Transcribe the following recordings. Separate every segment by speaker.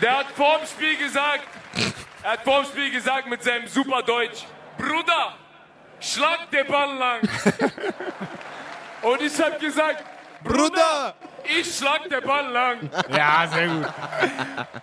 Speaker 1: Der hat vorm Spiel gesagt, er hat vorm Spiel gesagt mit seinem super Deutsch, Bruder, schlag den Ball lang. Und ich habe gesagt, Bruder, ich schlag den Ball lang.
Speaker 2: Ja, sehr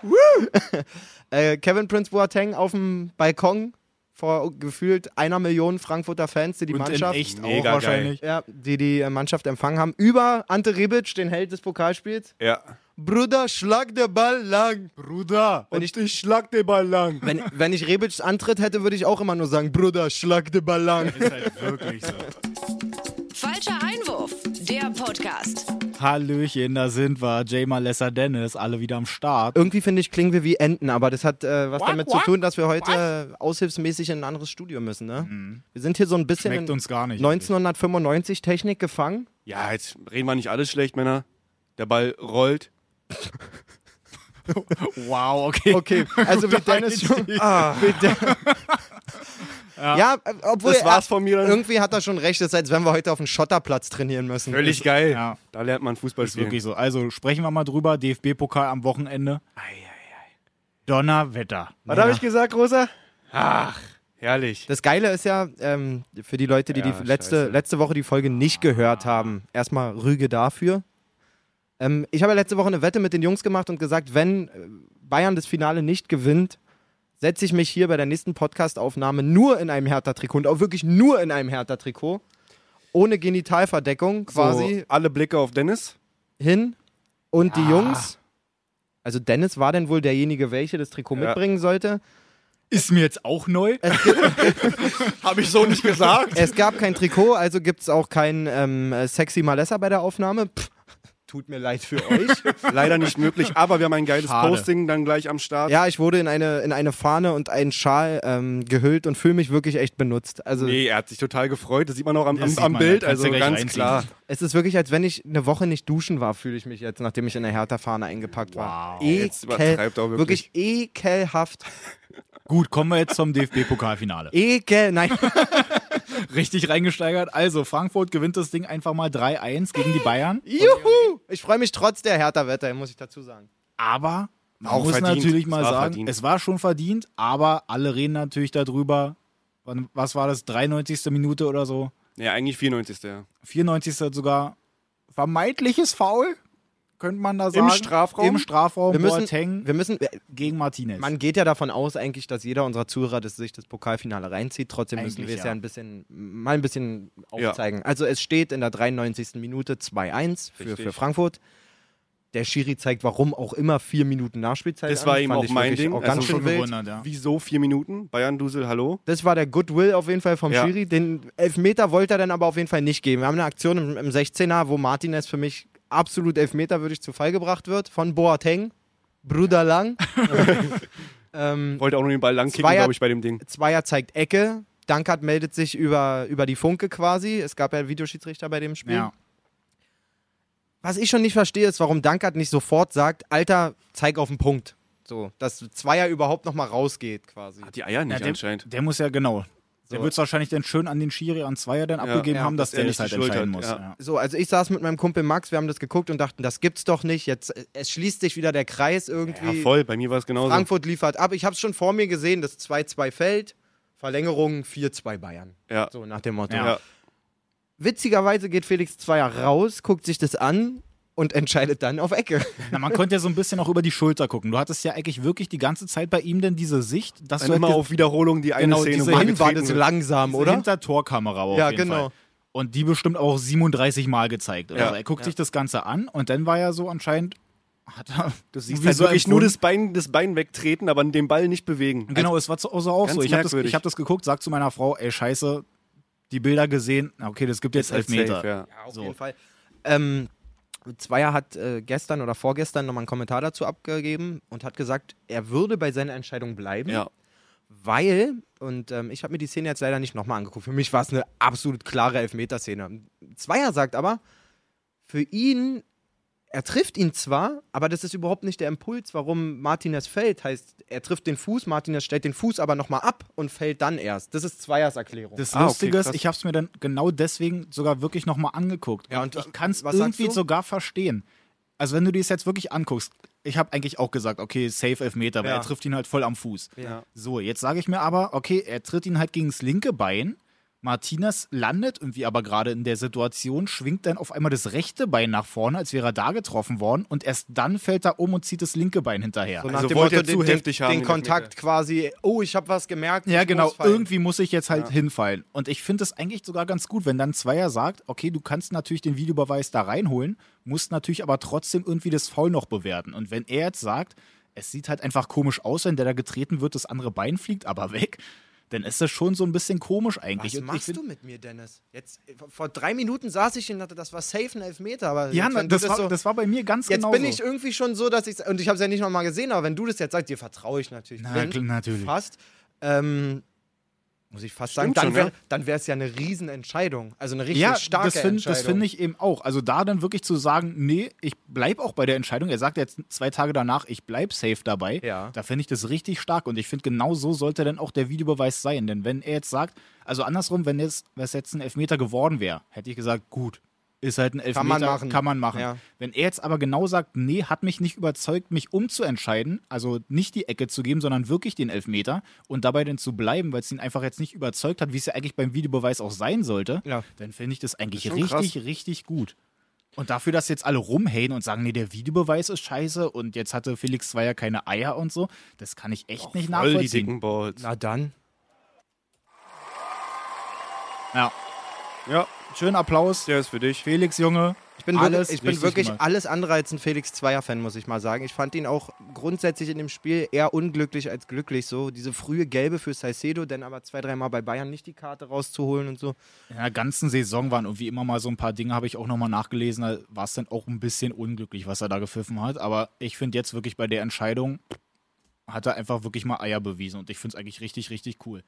Speaker 2: gut.
Speaker 3: Äh, Kevin Prince Boateng auf dem Balkon vor gefühlt einer Million Frankfurter Fans, die die
Speaker 2: Und in
Speaker 3: Mannschaft
Speaker 2: echt auch
Speaker 4: Mega geil.
Speaker 2: wahrscheinlich.
Speaker 3: ja, die die äh, Mannschaft empfangen haben. Über Ante Rebic, den Held des Pokalspiels.
Speaker 4: Ja.
Speaker 3: Bruder, schlag der Ball lang.
Speaker 2: Bruder,
Speaker 3: Wenn
Speaker 2: und
Speaker 3: ich-
Speaker 2: ich, schlag den Ball lang.
Speaker 3: Wenn, wenn ich Rebics Antritt hätte, würde ich auch immer nur sagen, Bruder, schlag der Ball lang.
Speaker 2: Ist halt wirklich so.
Speaker 5: Falscher Einwurf, der Podcast.
Speaker 2: Hallöchen, da sind wir. Jay Malessa Dennis, alle wieder am Start.
Speaker 3: Irgendwie finde ich, klingen wir wie Enten, aber das hat äh, was
Speaker 2: What,
Speaker 3: damit zu
Speaker 2: what,
Speaker 3: tun, dass wir heute aushilfsmäßig in ein anderes Studio müssen. Ne? Wir sind hier so ein bisschen
Speaker 2: Mhm. Schmeckt
Speaker 3: in
Speaker 2: uns gar nicht.
Speaker 3: 1995 Technik gefangen.
Speaker 4: Ja, jetzt reden wir nicht alles schlecht, Männer. Der Ball rollt.
Speaker 2: Wow, okay.
Speaker 3: Okay, also wie Dennis schon. Ah, wie De ja. äh, obwohl
Speaker 4: Das war's von mir
Speaker 3: er,
Speaker 4: dann.
Speaker 3: irgendwie hat er schon recht, es ist, als wenn wir heute auf dem Schotterplatz trainieren müssen.
Speaker 4: Völlig geil.
Speaker 2: Ja.
Speaker 4: Da lernt man Fußball
Speaker 2: Ist
Speaker 4: spielen.
Speaker 2: wirklich so. Also sprechen wir mal drüber. DFB-Pokal am Wochenende. Donnerwetter.
Speaker 4: Was habe ich gesagt, Rosa? Ach, herrlich.
Speaker 3: Das Geile ist ja, ähm, für die Leute, die
Speaker 4: Ja,
Speaker 3: die letzte,
Speaker 4: scheiße.
Speaker 3: letzte Woche die Folge nicht gehört haben, erstmal Rüge dafür. Ähm, ich habe ja letzte Woche eine Wette mit den Jungs gemacht und gesagt, wenn äh, Bayern das Finale nicht gewinnt, setze ich mich hier bei der nächsten Podcast-Aufnahme nur in einem Hertha-Trikot und auch wirklich nur in einem Hertha-Trikot, ohne Genitalverdeckung quasi
Speaker 4: So, alle Blicke auf Dennis.
Speaker 3: hin und die Jungs. Also Dennis war denn wohl derjenige, welcher das Trikot
Speaker 4: Ja.
Speaker 3: mitbringen sollte.
Speaker 2: Ist mir jetzt auch neu.
Speaker 4: Habe ich so nicht gesagt.
Speaker 3: Es gab kein Trikot, also gibt es auch kein ähm, sexy Malessa bei der Aufnahme. Pff, tut mir leid für euch.
Speaker 4: Leider nicht möglich, aber wir haben ein geiles
Speaker 2: Schade.
Speaker 4: Posting dann gleich am Start.
Speaker 3: ja, ich wurde in eine, in eine Fahne und einen Schal ähm, gehüllt und fühle mich wirklich echt benutzt. Also
Speaker 4: Nee, er hat sich total gefreut. Das sieht man auch am,
Speaker 2: Das
Speaker 4: am,
Speaker 2: sieht
Speaker 4: am
Speaker 2: man,
Speaker 4: Bild.
Speaker 2: da kannst
Speaker 4: Also
Speaker 2: du gleich
Speaker 4: ganz
Speaker 2: reinziehen.
Speaker 4: klar.
Speaker 3: es ist wirklich, als wenn ich eine Woche nicht duschen war, fühle ich mich jetzt, nachdem ich in der Hertha-Fahne eingepackt war.
Speaker 2: Wow.
Speaker 4: Jetzt übertreibt auch
Speaker 3: wirklich
Speaker 4: wirklich.
Speaker 3: ekelhaft.
Speaker 2: Gut, kommen wir jetzt zum DFB-Pokalfinale.
Speaker 3: Ekel, nein.
Speaker 2: Richtig reingesteigert. Also, Frankfurt gewinnt das Ding einfach mal 3-1 gegen die Bayern.
Speaker 3: Juhu! Ich freue mich trotz der Hertha-Wette, muss ich dazu sagen.
Speaker 2: Aber man
Speaker 4: Auch
Speaker 2: muss
Speaker 4: verdient.
Speaker 2: natürlich mal
Speaker 4: Es war
Speaker 2: sagen,
Speaker 4: verdient.
Speaker 2: es war schon verdient, aber alle reden natürlich darüber. Wann- Was war das? 93. Minute oder so?
Speaker 4: Ja, eigentlich 94. Ja.
Speaker 2: 94. sogar. Vermeidliches Foul, könnte man da sagen.
Speaker 4: Strafraum?
Speaker 2: Im Strafraum.
Speaker 3: Wir müssen,
Speaker 2: Boateng
Speaker 3: wir müssen, äh,
Speaker 2: gegen Martinez.
Speaker 3: Man geht ja davon aus, eigentlich, dass jeder unserer Zuhörer das sich das Pokalfinale reinzieht. Trotzdem müssen
Speaker 2: Eigentlich,
Speaker 3: wir es ja.
Speaker 2: ja.
Speaker 3: ein bisschen, mal ein bisschen
Speaker 4: Ja.
Speaker 3: aufzeigen. Also es steht in der 93. Minute 2-1 für,
Speaker 4: Richtig.
Speaker 3: für Frankfurt. Der Schiri zeigt, warum auch immer, vier Minuten Nachspielzeit.
Speaker 4: Das
Speaker 3: an.
Speaker 4: war eben
Speaker 3: Fand
Speaker 4: auch
Speaker 3: ich
Speaker 4: mein
Speaker 3: wirklich
Speaker 4: Ding.
Speaker 3: Auch
Speaker 4: Also
Speaker 3: ganz schön wild.
Speaker 2: gewundert, ja.
Speaker 4: Wieso vier Minuten? Bayern-Dusel, hallo?
Speaker 3: Das war der Goodwill auf jeden Fall vom
Speaker 4: Ja.
Speaker 3: Schiri. Den Elfmeter wollte er dann aber auf jeden Fall nicht geben. Wir haben eine Aktion im, im 16er, wo Martinez für mich absolut elfmeterwürdig zu Fall gebracht wird von Boateng. Bruder Lang. ähm,
Speaker 4: Wollte auch nur den Ball lang kicken,
Speaker 3: Zweier-
Speaker 4: glaube ich, bei dem Ding.
Speaker 3: Zweier zeigt Ecke. Dankert meldet sich über, über die Funke quasi. Es gab ja einen Videoschiedsrichter bei dem Spiel.
Speaker 2: ja.
Speaker 3: Was ich schon nicht verstehe, ist, warum Dankert nicht sofort sagt, Alter, zeig auf den Punkt. So, dass Zweier überhaupt nochmal rausgeht quasi.
Speaker 4: Hat die Eier
Speaker 2: Ja,
Speaker 4: nicht
Speaker 2: der,
Speaker 4: anscheinend.
Speaker 2: der muss ja genau. Der
Speaker 3: So.
Speaker 2: wird es wahrscheinlich dann schön an den Schiri, an Zweier dann
Speaker 4: Ja,
Speaker 2: abgegeben
Speaker 3: ja,
Speaker 2: haben, dass
Speaker 4: dass er
Speaker 2: der
Speaker 4: nicht
Speaker 2: das halt
Speaker 4: die Schuld
Speaker 2: entscheiden
Speaker 4: hat,
Speaker 2: muss.
Speaker 4: ja.
Speaker 2: Ja.
Speaker 3: So, also ich saß mit meinem Kumpel Max, wir haben das geguckt und dachten, das gibt's doch nicht. Jetzt, äh, es schließt sich wieder der Kreis
Speaker 4: Ja,
Speaker 3: irgendwie.
Speaker 4: voll. Bei mir war es genauso.
Speaker 3: Frankfurt liefert ab. Ich habe es schon vor mir gesehen, das 2-2 fällt, Verlängerung 4-2 Bayern.
Speaker 4: Ja.
Speaker 3: So nach dem Motto.
Speaker 2: Ja.
Speaker 4: ja.
Speaker 3: Witzigerweise geht Felix Zweier raus, guckt sich das an und entscheidet dann auf Ecke.
Speaker 2: Na, man konnte ja so ein bisschen auch über die Schulter gucken. Du hattest ja eigentlich wirklich die ganze Zeit bei ihm denn diese Sicht, dass
Speaker 4: Dann
Speaker 2: du
Speaker 4: immer
Speaker 2: halt
Speaker 4: auf Wiederholung die eine
Speaker 2: Genau,
Speaker 4: Szene.
Speaker 2: diese
Speaker 4: wo er
Speaker 3: Mann, war
Speaker 4: getreten
Speaker 3: das
Speaker 4: wird.
Speaker 3: langsam,
Speaker 2: diese
Speaker 3: oder?
Speaker 2: Hintertorkamera war auf
Speaker 3: Ja,
Speaker 2: jeden
Speaker 3: genau.
Speaker 2: Fall. Und die bestimmt auch 37 Mal gezeigt. oder
Speaker 4: Ja.
Speaker 2: so. er guckt sich das Ganze an und dann war ja so anscheinend, hat er
Speaker 4: Du siehst
Speaker 2: wie
Speaker 4: halt
Speaker 2: so
Speaker 4: wirklich nur
Speaker 2: empfunden.
Speaker 4: das Bein, das Bein wegtreten, aber den Ball nicht bewegen.
Speaker 2: Genau, es war so, so auch
Speaker 4: ganz
Speaker 2: so. Ich habe das,
Speaker 4: merkwürdig.
Speaker 2: ich hab das geguckt, sag zu meiner Frau, ey, scheiße, die Bilder gesehen, Na, okay, das gibt jetzt
Speaker 4: Als
Speaker 2: Elfmeter.
Speaker 4: halt Safe, ja.
Speaker 3: Auf
Speaker 2: So.
Speaker 3: jeden Fall. Ähm, Zweier hat äh, gestern oder vorgestern nochmal einen Kommentar dazu abgegeben und hat gesagt, er würde bei seiner Entscheidung bleiben,
Speaker 4: ja.
Speaker 3: weil, und ähm, ich habe mir die Szene jetzt leider nicht nochmal angeguckt, für mich war es eine absolut klare Elfmeterszene. Zweier sagt aber, für ihn, er trifft ihn zwar, aber das ist überhaupt nicht der Impuls, warum Martinez fällt. Heißt, er trifft den Fuß, Martinez stellt den Fuß aber nochmal ab und fällt dann erst. Das ist Zweiers Erklärung.
Speaker 2: Das
Speaker 4: Ah, okay,
Speaker 2: Lustige ist,
Speaker 4: krass.
Speaker 2: ich habe es mir dann genau deswegen sogar wirklich nochmal angeguckt.
Speaker 3: Ja, und, äh,
Speaker 2: ich kann es
Speaker 3: was sagst
Speaker 2: irgendwie
Speaker 3: du?
Speaker 2: sogar verstehen. also wenn du dir das jetzt wirklich anguckst, ich habe eigentlich auch gesagt, okay, safe Elfmeter, weil
Speaker 3: Ja.
Speaker 2: er trifft ihn halt voll am Fuß.
Speaker 3: Ja.
Speaker 2: So, jetzt sage ich mir aber, okay, er tritt ihn halt gegen das linke Bein. Martinez landet irgendwie aber gerade in der Situation, schwingt dann auf einmal das rechte Bein nach vorne, als wäre er da getroffen worden und erst dann fällt er um und zieht das linke Bein hinterher.
Speaker 3: So
Speaker 4: Also wollte er den
Speaker 3: den,
Speaker 4: deftig haben,
Speaker 3: den
Speaker 4: den
Speaker 3: Kontakt quasi, oh, ich habe was gemerkt.
Speaker 2: Ja,
Speaker 3: ich
Speaker 2: genau.
Speaker 3: muss fallen.
Speaker 2: Irgendwie muss ich jetzt halt hinfallen. Und ich finde es eigentlich sogar ganz gut, wenn dann Zweier sagt, okay, du kannst natürlich den Videobeweis da reinholen, musst natürlich aber trotzdem irgendwie das Foul noch bewerten. Und wenn er jetzt sagt, es sieht halt einfach komisch aus, wenn der da getreten wird, das andere Bein fliegt aber weg, dann ist das schon so ein bisschen komisch
Speaker 3: Was
Speaker 2: eigentlich. Und ich
Speaker 3: machst
Speaker 2: find-
Speaker 3: du mit mir, Dennis? Jetzt, äh, vor drei Minuten saß ich hier und dachte, das war safe ein Elfmeter. Aber
Speaker 2: Ja,
Speaker 3: jetzt,
Speaker 2: na,
Speaker 3: wenn du
Speaker 2: das, war,
Speaker 3: so,
Speaker 2: das war bei mir ganz
Speaker 3: jetzt
Speaker 2: genau
Speaker 3: bin
Speaker 2: so.
Speaker 3: ich irgendwie schon so, dass ich, und ich habe es ja nicht nochmal gesehen, aber wenn du das jetzt sagst, dir vertraue ich natürlich.
Speaker 2: Na,
Speaker 3: blind,
Speaker 2: klar, natürlich.
Speaker 3: Fast. Ähm, muss ich fast
Speaker 4: Stimmt
Speaker 3: sagen,
Speaker 4: schon,
Speaker 3: dann
Speaker 4: ne?
Speaker 3: wär- dann wäre es ja eine Riesenentscheidung. Also eine richtig
Speaker 2: ja,
Speaker 3: starke
Speaker 2: das find-
Speaker 3: Entscheidung.
Speaker 2: Das finde ich eben auch. Also da dann wirklich zu sagen, nee, ich bleib auch bei der Entscheidung. Er sagt jetzt zwei Tage danach, ich bleib safe dabei.
Speaker 3: Ja.
Speaker 2: Da finde ich das richtig stark. Und ich finde, genau so sollte dann auch der Videobeweis sein. Denn wenn er jetzt sagt, also andersrum, wenn jetzt, was jetzt ein Elfmeter geworden wäre, hätte ich gesagt, gut, ist halt ein Elfmeter,
Speaker 3: man machen.
Speaker 2: Kann man machen.
Speaker 3: Ja.
Speaker 2: Wenn er jetzt aber genau sagt, nee, hat mich nicht überzeugt, mich umzuentscheiden, also nicht die Ecke zu geben, sondern wirklich den Elfmeter und dabei dann zu bleiben, weil es ihn einfach jetzt nicht überzeugt hat, wie es ja eigentlich beim Videobeweis auch sein sollte,
Speaker 3: Ja.
Speaker 2: dann finde ich das eigentlich
Speaker 4: schon
Speaker 2: richtig,
Speaker 4: krass.
Speaker 2: richtig gut. Und dafür, dass jetzt alle rumhähen und sagen, nee, der Videobeweis ist scheiße und jetzt hatte Felix Zweier keine Eier und so, das kann ich echt nicht
Speaker 4: Voll die
Speaker 2: nachvollziehen.
Speaker 4: dicken Balls.
Speaker 3: Na dann.
Speaker 2: Ja.
Speaker 4: Ja,
Speaker 2: Schönen Applaus.
Speaker 4: der ist für dich.
Speaker 2: Felix Junge.
Speaker 3: Ich bin
Speaker 2: Alles
Speaker 3: wirklich, ich bin
Speaker 2: richtig
Speaker 3: wirklich
Speaker 2: gemacht.
Speaker 3: alles andere als ein Felix Zweier-Fan, muss ich mal sagen. Ich fand ihn auch grundsätzlich in dem Spiel eher unglücklich als glücklich. So diese frühe Gelbe für Saicedo, dann aber zwei, dreimal bei Bayern nicht die Karte rauszuholen und so.
Speaker 2: In der ganzen Saison waren irgendwie immer mal so ein paar Dinge, habe ich auch nochmal nachgelesen. Da war es dann auch ein bisschen unglücklich, was er da gepfiffen hat. Aber ich finde jetzt wirklich bei der Entscheidung hat er einfach wirklich mal Eier bewiesen. Und ich finde es eigentlich richtig, richtig cool.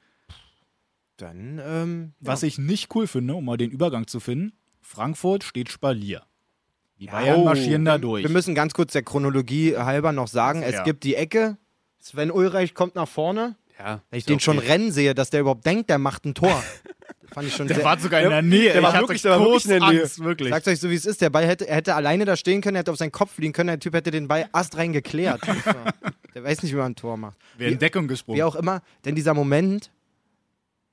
Speaker 3: Dann, ähm,
Speaker 2: Was ich nicht cool finde, um mal den Übergang zu finden, Frankfurt steht Spalier. Die
Speaker 3: Ja,
Speaker 2: Bayern
Speaker 3: oh.
Speaker 2: marschieren da durch.
Speaker 3: wir müssen ganz kurz der Chronologie halber noch sagen, es
Speaker 2: Ja.
Speaker 3: gibt die Ecke. Sven Ulreich kommt nach vorne.
Speaker 4: Ja,
Speaker 3: Wenn ich
Speaker 4: ist
Speaker 3: den
Speaker 4: okay.
Speaker 3: schon rennen sehe, dass der überhaupt denkt, der macht ein Tor. fand ich schon
Speaker 2: der
Speaker 3: sehr,
Speaker 2: war sogar in der Nähe.
Speaker 4: der war
Speaker 2: ich hatte
Speaker 4: wirklich- der war wirklich in der
Speaker 2: groß
Speaker 4: Nähe.
Speaker 2: Angst, wirklich.
Speaker 3: Sagt euch so, wie es ist. Der Ball hätte, er hätte alleine da stehen können, er hätte auf seinen Kopf fliegen können, der Typ hätte den Ball astrein geklärt. der weiß nicht, wie man ein Tor macht.
Speaker 2: Wäre in Deckung gesprungen.
Speaker 3: Wie auch immer, denn dieser Moment,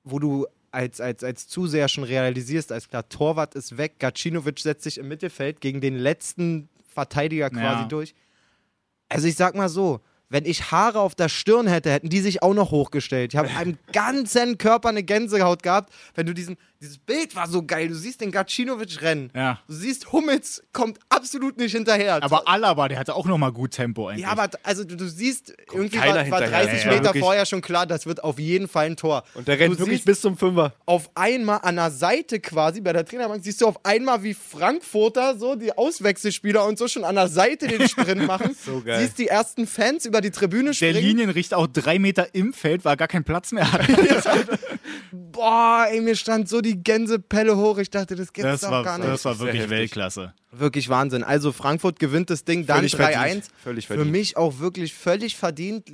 Speaker 3: wo du als, als, als Zuseher schon realisierst, als klar, Torwart ist weg, Gacinovic setzt sich im Mittelfeld gegen den letzten Verteidiger quasi
Speaker 2: Ja.
Speaker 3: durch. Also ich sag mal so, wenn ich Haare auf der Stirn hätte, hätten die sich auch noch hochgestellt. Ich habe am ganzen Körper eine Gänsehaut gehabt, wenn du diesen, dieses Bild war so geil, du siehst den Gacinovic rennen.
Speaker 2: Ja.
Speaker 3: Du siehst, Hummels kommt absolut nicht hinterher.
Speaker 2: aber Alaba, der hatte auch nochmal gut Tempo eigentlich.
Speaker 3: Ja, aber d- also du, du siehst, irgendwie
Speaker 4: keiner
Speaker 3: war, war
Speaker 4: hinterher.
Speaker 3: 30
Speaker 2: Ja, ja,
Speaker 3: Meter
Speaker 4: wirklich.
Speaker 3: vorher schon klar, das wird auf jeden Fall ein Tor.
Speaker 4: Und der rennt
Speaker 3: du
Speaker 4: wirklich
Speaker 3: siehst
Speaker 4: bis zum Fünfer.
Speaker 3: auf einmal an der Seite quasi, bei der Trainerbank, siehst du auf einmal wie Frankfurter, so die Auswechselspieler und so schon an der Seite den Sprint machen. so
Speaker 4: geil.
Speaker 3: Siehst die ersten Fans über die Tribüne
Speaker 2: der
Speaker 3: springen.
Speaker 2: Linienrichter auch drei Meter im Feld, war gar kein Platz mehr. hatte.
Speaker 3: Boah, ey, mir stand so die Gänsepelle hoch. Ich dachte, das gibt's
Speaker 2: Das
Speaker 3: doch
Speaker 2: war,
Speaker 3: gar nicht.
Speaker 2: das war
Speaker 4: Sehr
Speaker 2: wirklich
Speaker 4: heftig.
Speaker 2: Weltklasse.
Speaker 3: Wirklich Wahnsinn. Also Frankfurt gewinnt das Ding dann
Speaker 4: Völlig
Speaker 3: 3-1.
Speaker 4: verdient. Völlig
Speaker 3: Für
Speaker 4: verdient.
Speaker 3: mich auch wirklich völlig verdient.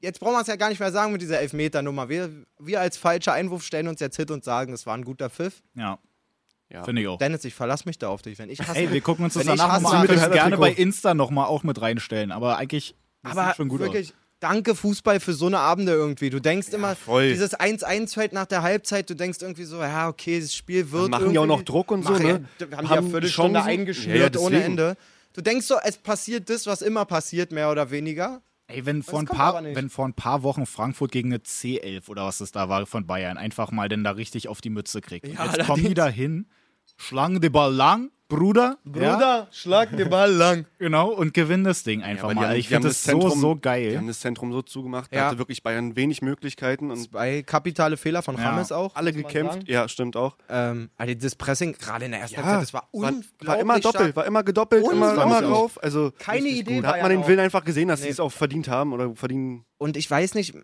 Speaker 3: Jetzt brauchen wir es ja gar nicht mehr sagen mit dieser Elfmeter-Nummer. Wir, wir als falscher Einwurf stellen uns jetzt hin und sagen, das war ein guter Pfiff.
Speaker 2: Ja.
Speaker 4: Ja.
Speaker 2: Finde ich auch.
Speaker 3: Dennis, ich verlasse mich da auf dich. Wenn ich hasse,
Speaker 2: Ey, wir gucken uns das
Speaker 3: Wenn ich
Speaker 2: danach
Speaker 3: hasse,
Speaker 2: nochmal an.
Speaker 3: mit
Speaker 2: Könntest
Speaker 3: dem
Speaker 2: gerne bei
Speaker 3: Trikot.
Speaker 2: Insta nochmal auch mit reinstellen. Aber eigentlich das
Speaker 3: aber
Speaker 2: sieht schon gut
Speaker 3: wirklich, danke Fußball für so eine Abende irgendwie. Du denkst immer,
Speaker 4: voll.
Speaker 3: dieses 1-1 fällt nach der Halbzeit, du denkst irgendwie so, ja, okay, das Spiel wird.
Speaker 4: machen die auch
Speaker 3: irgendwie-
Speaker 4: noch Druck und so,
Speaker 3: Machen
Speaker 4: ne?
Speaker 3: Ja, haben,
Speaker 4: Haben
Speaker 3: die ja Viertelstunde
Speaker 4: Chancen. Ja,
Speaker 3: eingeschnürt
Speaker 4: ja,
Speaker 3: ohne
Speaker 4: deswegen.
Speaker 3: Ende. Du denkst so, es passiert das, was immer passiert, mehr oder weniger.
Speaker 2: aus. Ey, wenn vor, ein
Speaker 3: kommt aber
Speaker 2: paar,
Speaker 3: nicht.
Speaker 2: wenn vor ein paar Wochen Frankfurt gegen eine C11 oder was das da war von Bayern einfach mal denn da richtig auf die Mütze kriegt. Und jetzt kommen die da hin, schlagen den Ball lang, Bruder, Ja,
Speaker 3: schlag den Ball lang.
Speaker 2: genau, und gewinnen das Ding
Speaker 4: Ja,
Speaker 2: einfach
Speaker 4: aber die
Speaker 2: mal.
Speaker 4: haben-
Speaker 2: ich
Speaker 4: die haben
Speaker 2: finde das so,
Speaker 4: Zentrum-
Speaker 2: so
Speaker 4: Die
Speaker 2: geil.
Speaker 4: haben das Zentrum so zugemacht.
Speaker 3: Ja.
Speaker 4: Da hatte wirklich Bayern wenig Möglichkeiten und
Speaker 3: Bei kapitale Fehler von
Speaker 2: Ja.
Speaker 3: Hammes auch.
Speaker 4: alle
Speaker 3: muss man
Speaker 4: gekämpft.
Speaker 3: sagen.
Speaker 4: Ja, stimmt auch.
Speaker 3: Ähm, also das Pressing, gerade in der ersten
Speaker 4: Ja,
Speaker 3: Halbzeit, das war unglaublich
Speaker 4: war immer
Speaker 3: stark.
Speaker 4: doppelt, war immer gedoppelt, immer, immer
Speaker 2: Unglaublich.
Speaker 4: drauf. Also
Speaker 3: Keine
Speaker 4: richtig
Speaker 3: Idee
Speaker 4: gut. Da hat
Speaker 3: Bayern
Speaker 4: man den
Speaker 3: auch.
Speaker 4: Willen einfach gesehen, dass
Speaker 3: Nee.
Speaker 4: sie es auch verdient haben oder verdienen.
Speaker 3: Und ich weiß nicht,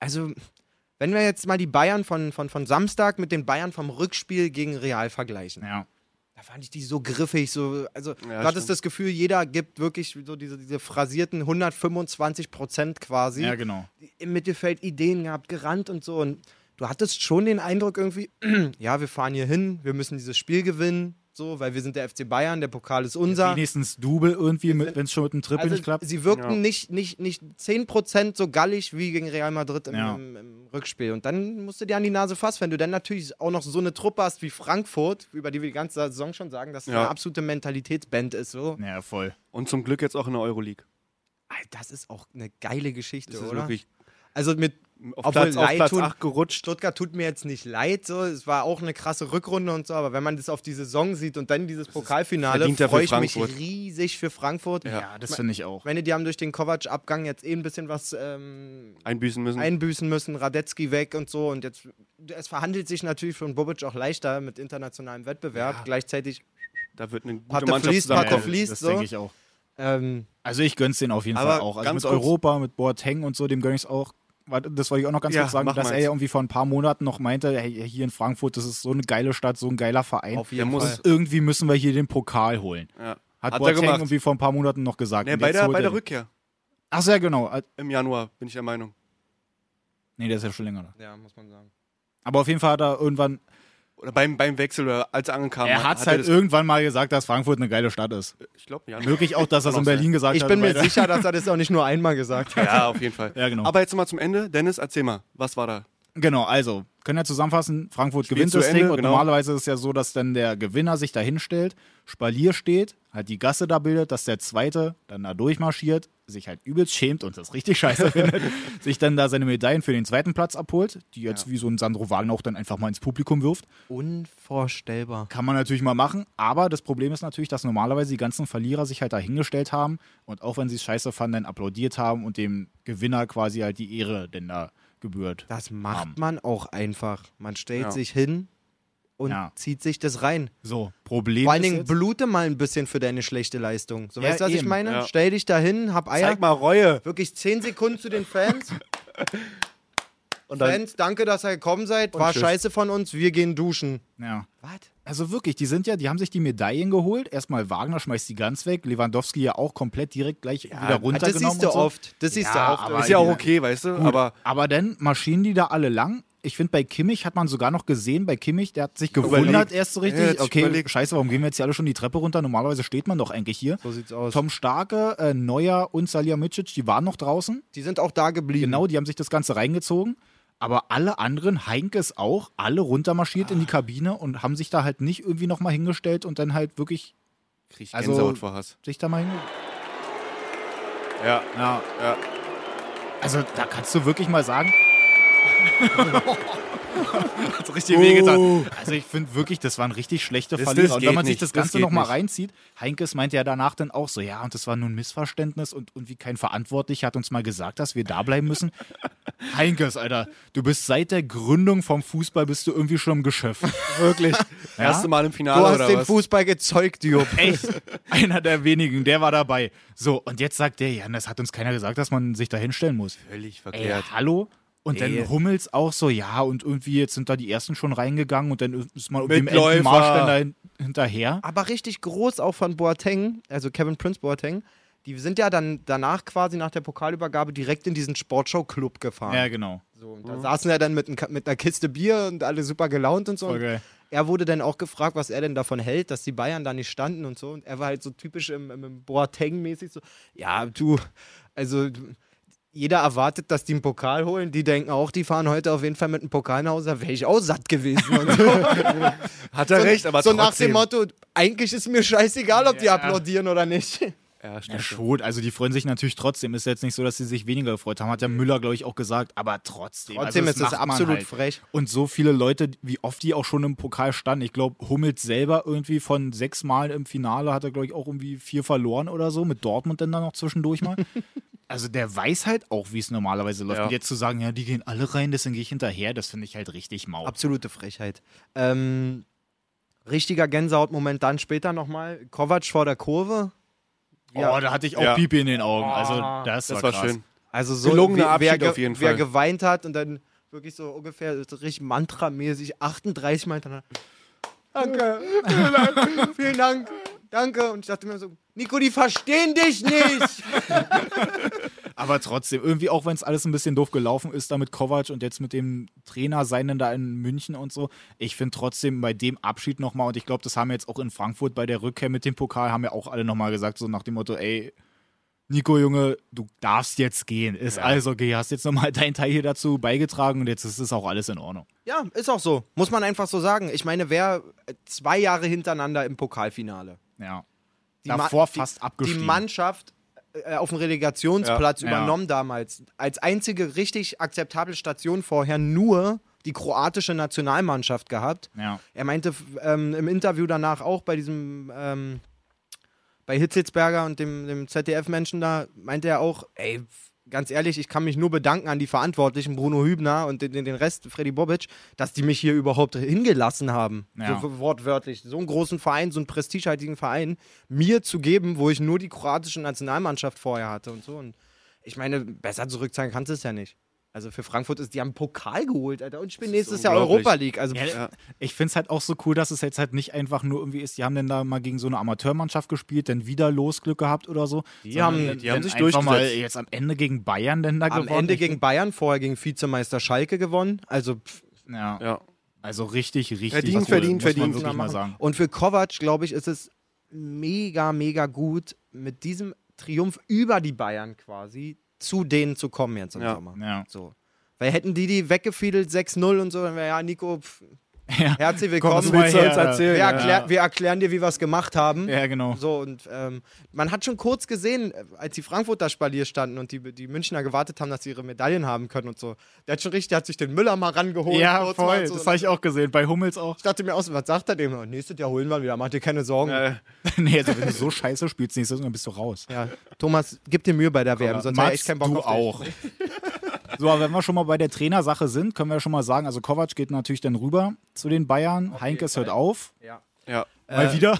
Speaker 3: also wenn wir jetzt mal die Bayern von, von, von Samstag mit den Bayern vom Rückspiel gegen Real vergleichen,
Speaker 2: Ja.
Speaker 3: da fand ich die so griffig, so, also du
Speaker 4: Ja,
Speaker 3: hattest
Speaker 4: stimmt.
Speaker 3: das Gefühl, jeder gibt wirklich so diese, diese phrasierten 125 Prozent quasi
Speaker 2: ja, genau.
Speaker 3: im Mittelfeld Ideen gehabt, gerannt und so und du hattest schon den Eindruck irgendwie, ja, wir fahren hier hin, wir müssen dieses Spiel gewinnen, so, weil wir sind der FC Bayern, der Pokal ist unser.
Speaker 2: Wenigstens Double irgendwie, wenn es schon mit dem Triple
Speaker 3: Also,
Speaker 2: nicht klappt.
Speaker 3: sie wirkten
Speaker 4: Ja.
Speaker 3: nicht, nicht, nicht 10% so gallig wie gegen Real Madrid im,
Speaker 2: Ja.
Speaker 3: im, im Rückspiel. Und dann musst du dir an die Nase fassen, wenn du dann natürlich auch noch so eine Truppe hast wie Frankfurt, über die wir die ganze Saison schon sagen, dass es
Speaker 4: Ja.
Speaker 3: eine absolute Mentalitätsband ist. So.
Speaker 2: Ja, voll.
Speaker 4: Und zum Glück jetzt auch in der Euroleague.
Speaker 3: Alter, das ist auch eine geile Geschichte,
Speaker 4: Das ist
Speaker 3: oder?
Speaker 4: wirklich
Speaker 3: Also mit
Speaker 4: auf
Speaker 3: Obwohl
Speaker 4: Platz, auf
Speaker 3: Leid
Speaker 4: Platz
Speaker 3: tun-
Speaker 4: 8 gerutscht.
Speaker 3: Stuttgart tut mir jetzt nicht leid, so. es war auch eine krasse Rückrunde und so, aber wenn man das auf die Saison sieht und dann dieses Pokalfinale,
Speaker 4: verdienter für
Speaker 3: freue ich mich
Speaker 4: Frankfurt.
Speaker 3: riesig für Frankfurt.
Speaker 2: Ja, Ah, das finde ich auch.
Speaker 3: Ich meine, die haben durch den Kovac-Abgang jetzt eh ein bisschen was ähm,
Speaker 4: Einbüßen müssen.
Speaker 3: einbüßen müssen, Radetzky weg und so. Und jetzt, es verhandelt sich natürlich von Bobic auch leichter mit internationalem Wettbewerb. Gleichzeitig,
Speaker 4: da wird eine gute
Speaker 3: Pater
Speaker 4: Mannschaft
Speaker 3: Flies,
Speaker 4: zusammen.
Speaker 3: Pater
Speaker 4: Ja.
Speaker 3: Flies. fließt
Speaker 2: das
Speaker 3: so.
Speaker 2: denke ich auch.
Speaker 3: ähm,
Speaker 2: Also ich gönn's denen auf jeden
Speaker 3: Aber
Speaker 2: Fall auch. Also
Speaker 4: ganz
Speaker 2: mit
Speaker 4: kurz-
Speaker 2: Europa, mit Boateng und so, dem gönn ich's auch. Warte, Das wollte ich auch noch ganz
Speaker 4: Ja,
Speaker 2: kurz sagen,
Speaker 4: mach
Speaker 2: dass
Speaker 4: mal
Speaker 2: er
Speaker 4: jetzt.
Speaker 2: ja irgendwie vor ein paar Monaten noch meinte, hey, hier in Frankfurt, das ist so eine geile Stadt, so ein geiler Verein.
Speaker 3: auf jeden
Speaker 4: Der muss-
Speaker 3: Fall.
Speaker 2: Irgendwie müssen wir hier den Pokal holen.
Speaker 4: Ja.
Speaker 2: Hat,
Speaker 4: Hat er
Speaker 2: Boateng
Speaker 4: gemacht.
Speaker 2: irgendwie vor ein paar Monaten noch gesagt.
Speaker 4: Nee,
Speaker 2: Und
Speaker 4: bei
Speaker 2: jetzt
Speaker 4: der,
Speaker 2: holt
Speaker 4: bei
Speaker 2: er
Speaker 4: der
Speaker 2: den.
Speaker 4: Rückkehr
Speaker 2: Ach so, ja, genau.
Speaker 4: im Januar, bin ich der Meinung.
Speaker 2: Nee, der ist ja schon länger da.
Speaker 3: Ja, muss man sagen.
Speaker 2: Aber auf jeden Fall hat er irgendwann,
Speaker 4: Oder beim, beim Wechsel oder als er ankam.
Speaker 2: er hat's
Speaker 4: hat er
Speaker 2: halt irgendwann mal gesagt, dass Frankfurt eine geile Stadt ist.
Speaker 4: das, Ich glaube, ja.
Speaker 2: Wirklich auch, dass er es
Speaker 4: Kann
Speaker 2: in
Speaker 4: auch sein.
Speaker 2: Berlin gesagt
Speaker 3: Ich
Speaker 2: hat.
Speaker 3: bin
Speaker 2: bei
Speaker 3: mir
Speaker 2: der-
Speaker 3: sicher, dass er das auch nicht nur einmal gesagt hat.
Speaker 4: Ja, auf jeden Fall.
Speaker 2: Ja, genau.
Speaker 4: Aber jetzt nochmal zum Ende. Dennis, erzähl mal, was war da?
Speaker 2: Genau, also können wir zusammenfassen, Frankfurt gewinnt
Speaker 4: zu
Speaker 2: das
Speaker 4: Ende,
Speaker 2: Ding und
Speaker 4: genau.
Speaker 2: normalerweise ist es ja so, dass dann der Gewinner sich da hinstellt, Spalier steht, halt die Gasse da bildet, dass der Zweite dann da durchmarschiert, sich halt übelst schämt und das richtig scheiße findet, sich dann da seine Medaillen für den zweiten Platz abholt, die jetzt wie so ein Sandro Wagen auch dann einfach mal ins Publikum wirft.
Speaker 3: Unvorstellbar.
Speaker 2: Kann man natürlich mal machen, aber das Problem ist natürlich, dass normalerweise die ganzen Verlierer sich halt da hingestellt haben und auch wenn sie es scheiße fanden, dann applaudiert haben und dem Gewinner quasi halt die Ehre denn da gebührt.
Speaker 3: Das macht
Speaker 2: Arm.
Speaker 3: man auch einfach. Man stellt
Speaker 4: Ja.
Speaker 3: sich hin und
Speaker 2: Ja.
Speaker 3: zieht sich das rein.
Speaker 2: So, Problem
Speaker 3: Vor allen
Speaker 2: ist
Speaker 3: Dingen
Speaker 2: jetzt-
Speaker 3: blute mal ein bisschen für deine schlechte Leistung. So,
Speaker 2: Ja,
Speaker 3: weißt du, was ich
Speaker 2: eben.
Speaker 3: meine?
Speaker 4: Ja.
Speaker 3: Stell dich dahin, hab Eier.
Speaker 4: Zeig mal Reue.
Speaker 3: Wirklich 10 Sekunden zu den Fans. Fans, danke, dass ihr gekommen seid. War
Speaker 4: tschüss.
Speaker 3: scheiße von uns. Wir gehen duschen. Ah,
Speaker 2: Ja.
Speaker 3: Was?
Speaker 2: Also wirklich, die sind ja, die haben sich die Medaillen geholt. Erstmal Wagner schmeißt die ganz weg. Lewandowski ja auch komplett direkt gleich wieder
Speaker 3: Das
Speaker 2: runtergenommen.
Speaker 3: siehst du
Speaker 2: und so.
Speaker 3: oft. Das siehst
Speaker 2: Ja,
Speaker 3: du oft.
Speaker 2: aber
Speaker 4: Ist ja auch okay, weißt du?
Speaker 2: Gut,
Speaker 4: Aber
Speaker 2: aber dann marschieren die da alle lang. Ich finde, bei Kimmich hat man sogar noch gesehen, bei Kimmich, der hat sich gewundert
Speaker 4: Überlegt.
Speaker 2: erst so
Speaker 4: Ja,
Speaker 2: richtig.
Speaker 4: jetzt
Speaker 2: okay,
Speaker 4: überlegt.
Speaker 2: scheiße, warum gehen wir jetzt hier alle schon die Treppe runter? Normalerweise steht man doch eigentlich hier.
Speaker 3: So sieht's aus.
Speaker 2: Tom Starke, äh, Neuer und Salihamidzic, die waren noch draußen.
Speaker 3: Die sind auch da geblieben.
Speaker 2: Genau, die haben sich das Ganze reingezogen. Aber alle anderen, Heinkes auch, alle runtermarschiert in die Kabine und haben sich da halt nicht irgendwie nochmal hingestellt und dann halt wirklich
Speaker 4: krieg ich
Speaker 2: Also-
Speaker 4: Gänsehaut vor Hass.
Speaker 2: sich da mal hingestellt.
Speaker 4: Ja.
Speaker 2: Ja.
Speaker 4: Ja.
Speaker 2: Also da kannst du wirklich mal sagen,
Speaker 4: Hat's richtig wehgetan.
Speaker 2: also ich finde wirklich, das waren richtig schlechte
Speaker 4: Das- das
Speaker 2: Verlierer. und wenn
Speaker 4: geht
Speaker 2: man sich
Speaker 4: nicht,
Speaker 2: das
Speaker 4: das
Speaker 2: Ganze
Speaker 4: geht
Speaker 2: nochmal
Speaker 4: nicht.
Speaker 2: reinzieht, Heinkes meinte ja danach dann auch so, ja, und das war nur ein Missverständnis und, und wie kein Verantwortlicher hat uns mal gesagt, dass wir da bleiben müssen. Heinkes, Alter, du bist seit der Gründung vom Fußball bist du irgendwie schon im Geschäft.
Speaker 3: wirklich.
Speaker 4: Erste Mal im
Speaker 3: Du
Speaker 4: Finale
Speaker 3: hast
Speaker 4: oder
Speaker 3: den
Speaker 4: was?
Speaker 3: Fußball gezeugt, Diop.
Speaker 2: Echt? Einer der wenigen, der war dabei. So, und jetzt sagt der, ja, das hat uns keiner gesagt, dass man sich da hinstellen muss.
Speaker 4: Völlig
Speaker 2: Ey,
Speaker 4: verkehrt.
Speaker 2: hallo? Und
Speaker 4: Nee.
Speaker 2: dann Hummels auch so, ja, und irgendwie jetzt sind da die ersten schon reingegangen und dann ist man irgendwie im
Speaker 4: Mitläufer.
Speaker 2: elften Marsch dann dahin- hinterher.
Speaker 3: aber richtig groß auch von Boateng, also Kevin Prince Boateng. Die sind ja dann danach quasi nach der Pokalübergabe direkt in diesen Sportshow-Club gefahren.
Speaker 2: Ja, genau.
Speaker 3: So, und da saßen ja dann mit, ein, Ka- mit einer Kiste Bier und alle super gelaunt und so.
Speaker 2: Voll
Speaker 3: Und
Speaker 2: geil.
Speaker 3: er wurde dann auch gefragt, was er denn davon hält, dass die Bayern da nicht standen und so. Und er war halt so typisch im, im, im Boateng-mäßig so, ja, du, also du- jeder erwartet, dass die einen Pokal holen. Die denken auch, die fahren heute auf jeden Fall mit einem Pokal nach Hause. Da wäre ich auch satt gewesen. Und so
Speaker 4: Hat er recht, aber
Speaker 3: so
Speaker 4: trotzdem.
Speaker 3: nach dem Motto, eigentlich ist mir scheißegal, ob die applaudieren oder nicht.
Speaker 4: Ja, stimmt.
Speaker 2: Ja, schon. Also die freuen sich natürlich trotzdem. Ist jetzt nicht so, dass sie sich weniger gefreut haben. Hat ja Müller, glaube ich, auch gesagt. Aber trotzdem.
Speaker 3: Trotzdem
Speaker 2: also
Speaker 3: ist es
Speaker 2: macht man
Speaker 3: absolut frech.
Speaker 2: Und so viele Leute, wie oft die auch schon im Pokal standen. Ich glaube, Hummels selber irgendwie von sechs Mal im Finale hat er, glaube ich, auch irgendwie vier verloren oder so. Mit Dortmund dann, dann noch zwischendurch mal. Also der weiß halt auch, wie es normalerweise läuft.
Speaker 4: Ja.
Speaker 2: Und jetzt zu sagen, ja, die gehen alle rein, deswegen gehe ich hinterher, das finde ich halt richtig mau.
Speaker 3: Absolute Frechheit. Ähm, richtiger Gänsehautmoment dann später nochmal. Kovac vor der Kurve.
Speaker 2: Oh, da hatte ich auch
Speaker 4: Ja.
Speaker 2: Pipi in den Augen. Also das,
Speaker 4: Das
Speaker 2: war
Speaker 4: war
Speaker 2: krass.
Speaker 4: schön.
Speaker 3: Also so
Speaker 4: Gelungener
Speaker 3: wie- wer,
Speaker 4: Abschied
Speaker 3: ge-
Speaker 4: auf jeden
Speaker 3: wer
Speaker 4: Fall.
Speaker 3: geweint hat und dann wirklich so ungefähr so richtig mantramäßig 38 Mal hintereinander. Danke. vielen Dank, Vielen Dank. Danke. Und ich dachte mir so, Nico, die verstehen dich nicht.
Speaker 2: Aber trotzdem, irgendwie, auch wenn es alles ein bisschen doof gelaufen ist, da mit Kovac und jetzt mit dem Trainer seinen da in München und so, ich finde trotzdem bei dem Abschied nochmal, und ich glaube, das haben jetzt auch in Frankfurt bei der Rückkehr mit dem Pokal, haben ja auch alle nochmal gesagt, so nach dem Motto, ey, Nico Junge, du darfst jetzt gehen. Ist alles okay, hast jetzt nochmal deinen Teil hier dazu beigetragen und jetzt ist es auch alles in Ordnung.
Speaker 3: Ja, ist auch so. Muss man einfach so sagen. Ich meine, wer äh, zwei Jahre hintereinander im Pokalfinale.
Speaker 2: Ja.
Speaker 3: Die
Speaker 2: Davor
Speaker 3: Ma- die-
Speaker 2: fast abgestiegen.
Speaker 3: Die Mannschaft äh, auf dem Relegationsplatz
Speaker 2: Ja, ja.
Speaker 3: übernommen damals. Als einzige richtig akzeptable Station vorher nur die kroatische Nationalmannschaft gehabt.
Speaker 2: ja.
Speaker 3: Er meinte f- ähm, im Interview danach auch bei diesem, ähm, bei Hitzelsberger und dem, dem ZDF-Menschen da, meinte er auch, ey, f- ganz ehrlich, ich kann mich nur bedanken an die Verantwortlichen, Bruno Hübner und den, den den Rest, Freddy Bobic, dass die mich hier überhaupt hingelassen haben.
Speaker 2: Ja.
Speaker 3: So w- wortwörtlich. So einen großen Verein, so einen prestigehaltigen Verein, mir zu geben, wo ich nur die kroatische Nationalmannschaft vorher hatte und so. Und ich meine, besser zurückzahlen kannst du es ja nicht. Also für Frankfurt ist, die haben einen Pokal geholt, Alter. Und spielen nächstes Jahr
Speaker 4: unglaublich.
Speaker 3: Europa League. Also
Speaker 2: Ja, Ich finde es halt auch so cool, dass es jetzt halt nicht einfach nur irgendwie ist, die haben denn da mal gegen so eine Amateurmannschaft gespielt, dann wieder Losglück gehabt oder so.
Speaker 3: Die
Speaker 2: sondern
Speaker 3: haben-
Speaker 2: dann-
Speaker 4: die
Speaker 2: dann
Speaker 4: haben sich
Speaker 2: einfach mal
Speaker 4: durchgesetzt.
Speaker 2: jetzt am Ende gegen Bayern denn da
Speaker 3: Am
Speaker 2: gewonnen.
Speaker 3: Ende
Speaker 2: Ich-
Speaker 3: gegen Bayern, vorher gegen Vizemeister Schalke gewonnen. Also pff,
Speaker 2: ja,
Speaker 4: Ja.
Speaker 2: also richtig, richtig.
Speaker 4: Verdient,
Speaker 2: cool,
Speaker 4: verdient,
Speaker 2: muss
Speaker 4: verdient.
Speaker 2: Man wirklich mal
Speaker 3: machen.
Speaker 2: sagen.
Speaker 3: Und für Kovac, glaube ich, ist es mega, mega gut, mit diesem Triumph über die Bayern quasi zu denen zu kommen jetzt im
Speaker 4: Ja.
Speaker 3: Sommer.
Speaker 2: Ja.
Speaker 3: So. Weil hätten die die weggefiedelt 6-0 und so, dann wäre ja Nico, pff,
Speaker 2: Ja.
Speaker 3: herzlich
Speaker 2: Komm,
Speaker 3: willkommen.
Speaker 2: das willst du
Speaker 3: Wir
Speaker 2: uns erzählen,
Speaker 3: Wir,
Speaker 2: ja.
Speaker 3: erklär, wir erklären dir, wie wir es gemacht haben.
Speaker 2: Ja, genau.
Speaker 3: So, und ähm, man hat schon kurz gesehen, äh, als die Frankfurter Spalier standen und die, die Münchner gewartet haben, dass sie ihre Medaillen haben können und so. Der hat schon richtig, der hat sich den Müller mal rangeholt.
Speaker 2: Ja,
Speaker 3: kurz
Speaker 2: voll.
Speaker 3: mal So. ne?
Speaker 2: Das habe ich auch gesehen. Bei Hummels auch.
Speaker 3: ich dachte mir aus, was sagt er dem? Und Nächstes Jahr holen wir ihn wieder, mach dir keine Sorgen. Ja,
Speaker 2: nee, also wenn du so scheiße spielst, nächstes Mal bist du raus.
Speaker 3: Thomas, gib dir Mühe bei der WM, sonst
Speaker 2: Max,
Speaker 3: habe ich echt keinen Bock
Speaker 2: du
Speaker 3: auf dich.
Speaker 2: auch. So, aber wenn wir schon mal bei der Trainersache sind, können wir ja schon mal sagen, also Kovac geht natürlich dann rüber zu den Bayern. Heinkes hört auf.
Speaker 3: Ja. Äh.
Speaker 4: Ja.
Speaker 2: Mal wieder.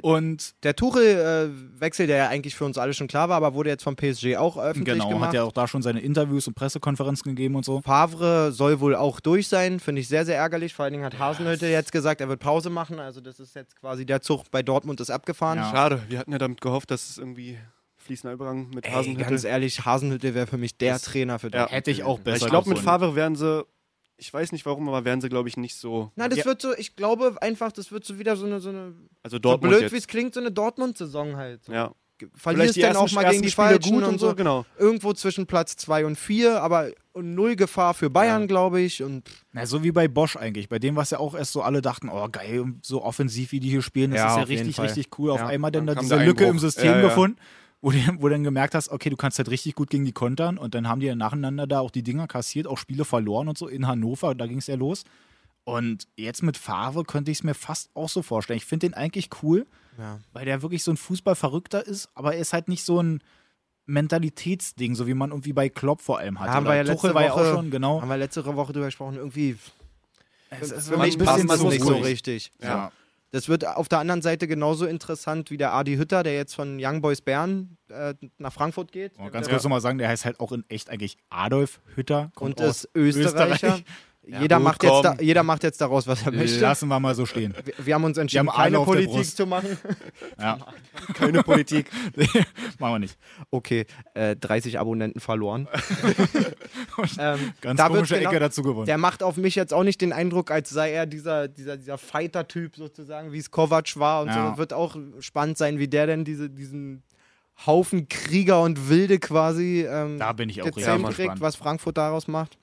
Speaker 2: Und
Speaker 3: Der Tuchel-Wechsel, der ja eigentlich für uns alle schon klar war, aber wurde jetzt vom PSG auch öffentlich
Speaker 2: Genau,
Speaker 3: gemacht.
Speaker 2: hat ja auch da schon seine Interviews und Pressekonferenzen gegeben und so.
Speaker 3: Favre soll wohl auch durch sein, finde ich sehr, sehr ärgerlich. Vor allen Dingen hat Hasenhütte jetzt gesagt, er wird Pause machen. Also das ist jetzt quasi der Zug bei Dortmund ist abgefahren.
Speaker 2: Ja.
Speaker 4: Schade, wir hatten ja damit gehofft, dass es irgendwie fließender Übergang mit
Speaker 3: Ey,
Speaker 4: Hasenhüttl.
Speaker 3: ganz ehrlich, Hasenhütte wäre für mich der Trainer für Dortmund.
Speaker 2: Hätte ich auch besser
Speaker 4: ich glaube, mit
Speaker 2: gefunden.
Speaker 4: Favre werden sie, ich weiß nicht warum, aber werden sie, glaube ich, nicht so.
Speaker 3: Na, das wird so, ich glaube einfach, das wird so wieder so eine, so eine
Speaker 4: Also
Speaker 3: so
Speaker 4: Dortmund
Speaker 3: blöd wie
Speaker 4: jetzt.
Speaker 3: es klingt, so eine Dortmund-Saison halt. So.
Speaker 4: Ja.
Speaker 3: Verlierst
Speaker 4: die
Speaker 3: dann auch
Speaker 4: ersten-
Speaker 3: mal gegen
Speaker 4: ersten
Speaker 3: die
Speaker 4: Spiele
Speaker 3: Falschen
Speaker 4: gut
Speaker 3: und, so.
Speaker 4: Genau.
Speaker 3: Irgendwo zwischen Platz 2 und 4, aber null Gefahr für Bayern, glaube ich. Und
Speaker 2: Na, so wie bei Bosch eigentlich. Bei dem, was ja auch erst so alle dachten, oh geil, so offensiv, wie die hier spielen, das
Speaker 3: Ja,
Speaker 2: ist ja
Speaker 3: auf jeden
Speaker 2: richtig,
Speaker 3: Fall.
Speaker 2: richtig cool. Auf
Speaker 3: Ja,
Speaker 2: einmal dann da
Speaker 4: dann kam
Speaker 2: diese
Speaker 4: der
Speaker 2: Lücke im
Speaker 4: Einbruch.
Speaker 2: System
Speaker 4: Ja, ja.
Speaker 2: gefunden, wo du, wo du dann gemerkt hast, okay, du kannst halt richtig gut gegen die kontern und dann haben die ja nacheinander da auch die Dinger kassiert, auch Spiele verloren und so in Hannover, da ging es ja los. Und jetzt mit Favre könnte ich es mir fast auch so vorstellen. Ich finde den eigentlich cool,
Speaker 3: Ja.
Speaker 2: weil der wirklich so ein Fußballverrückter ist, aber er ist halt nicht so ein Mentalitätsding, so wie man irgendwie bei Klopp vor allem hatte.
Speaker 3: haben
Speaker 2: Oder
Speaker 3: wir ja letzte
Speaker 2: Tuchel war ja
Speaker 3: Woche-
Speaker 2: auch schon, genau.
Speaker 3: haben wir letzte Woche drüber gesprochen, irgendwie
Speaker 2: Es ist
Speaker 3: für
Speaker 2: immer
Speaker 3: mich
Speaker 2: ein
Speaker 3: passt
Speaker 2: bisschen
Speaker 3: das
Speaker 2: zu
Speaker 3: nicht so
Speaker 2: ruhig.
Speaker 3: richtig.
Speaker 2: Ja.
Speaker 3: Das wird auf der anderen Seite genauso interessant wie der Adi Hütter, der jetzt von Young Boys Bern äh, nach Frankfurt geht.
Speaker 2: Und Oh, ganz
Speaker 3: Der-
Speaker 2: kurz nochmal sagen, der heißt halt auch in echt eigentlich Adolf Hütter. kommt
Speaker 3: und
Speaker 2: aus
Speaker 3: ist Österreicher.
Speaker 2: Österreich.
Speaker 3: Jeder,
Speaker 4: gut,
Speaker 3: macht jetzt
Speaker 4: komm.
Speaker 3: da, jeder macht jetzt daraus, was er möchte.
Speaker 2: Lassen wir mal so stehen.
Speaker 3: Wir, wir haben uns entschieden,
Speaker 2: haben alle
Speaker 3: keine
Speaker 2: auf der
Speaker 3: Politik
Speaker 2: Brust.
Speaker 3: zu machen.
Speaker 2: Ja.
Speaker 4: Keine Politik.
Speaker 2: Machen wir nicht.
Speaker 3: Okay, äh, 30 Abonnenten verloren. ähm,
Speaker 2: Ganz
Speaker 3: da wird
Speaker 2: komische
Speaker 3: genau-
Speaker 2: Ecke dazu gewonnen.
Speaker 3: Der macht auf mich jetzt auch nicht den Eindruck, als sei er dieser, dieser, dieser Fighter-Typ sozusagen, wie es Kovac war und
Speaker 2: Ja.
Speaker 3: so. Wird auch spannend sein, wie der denn diese, diesen Haufen Krieger und Wilde quasi ähm,
Speaker 2: da bin ich auch richtig
Speaker 3: gezähmt
Speaker 2: gespannt.
Speaker 3: kriegt, was Frankfurt daraus macht.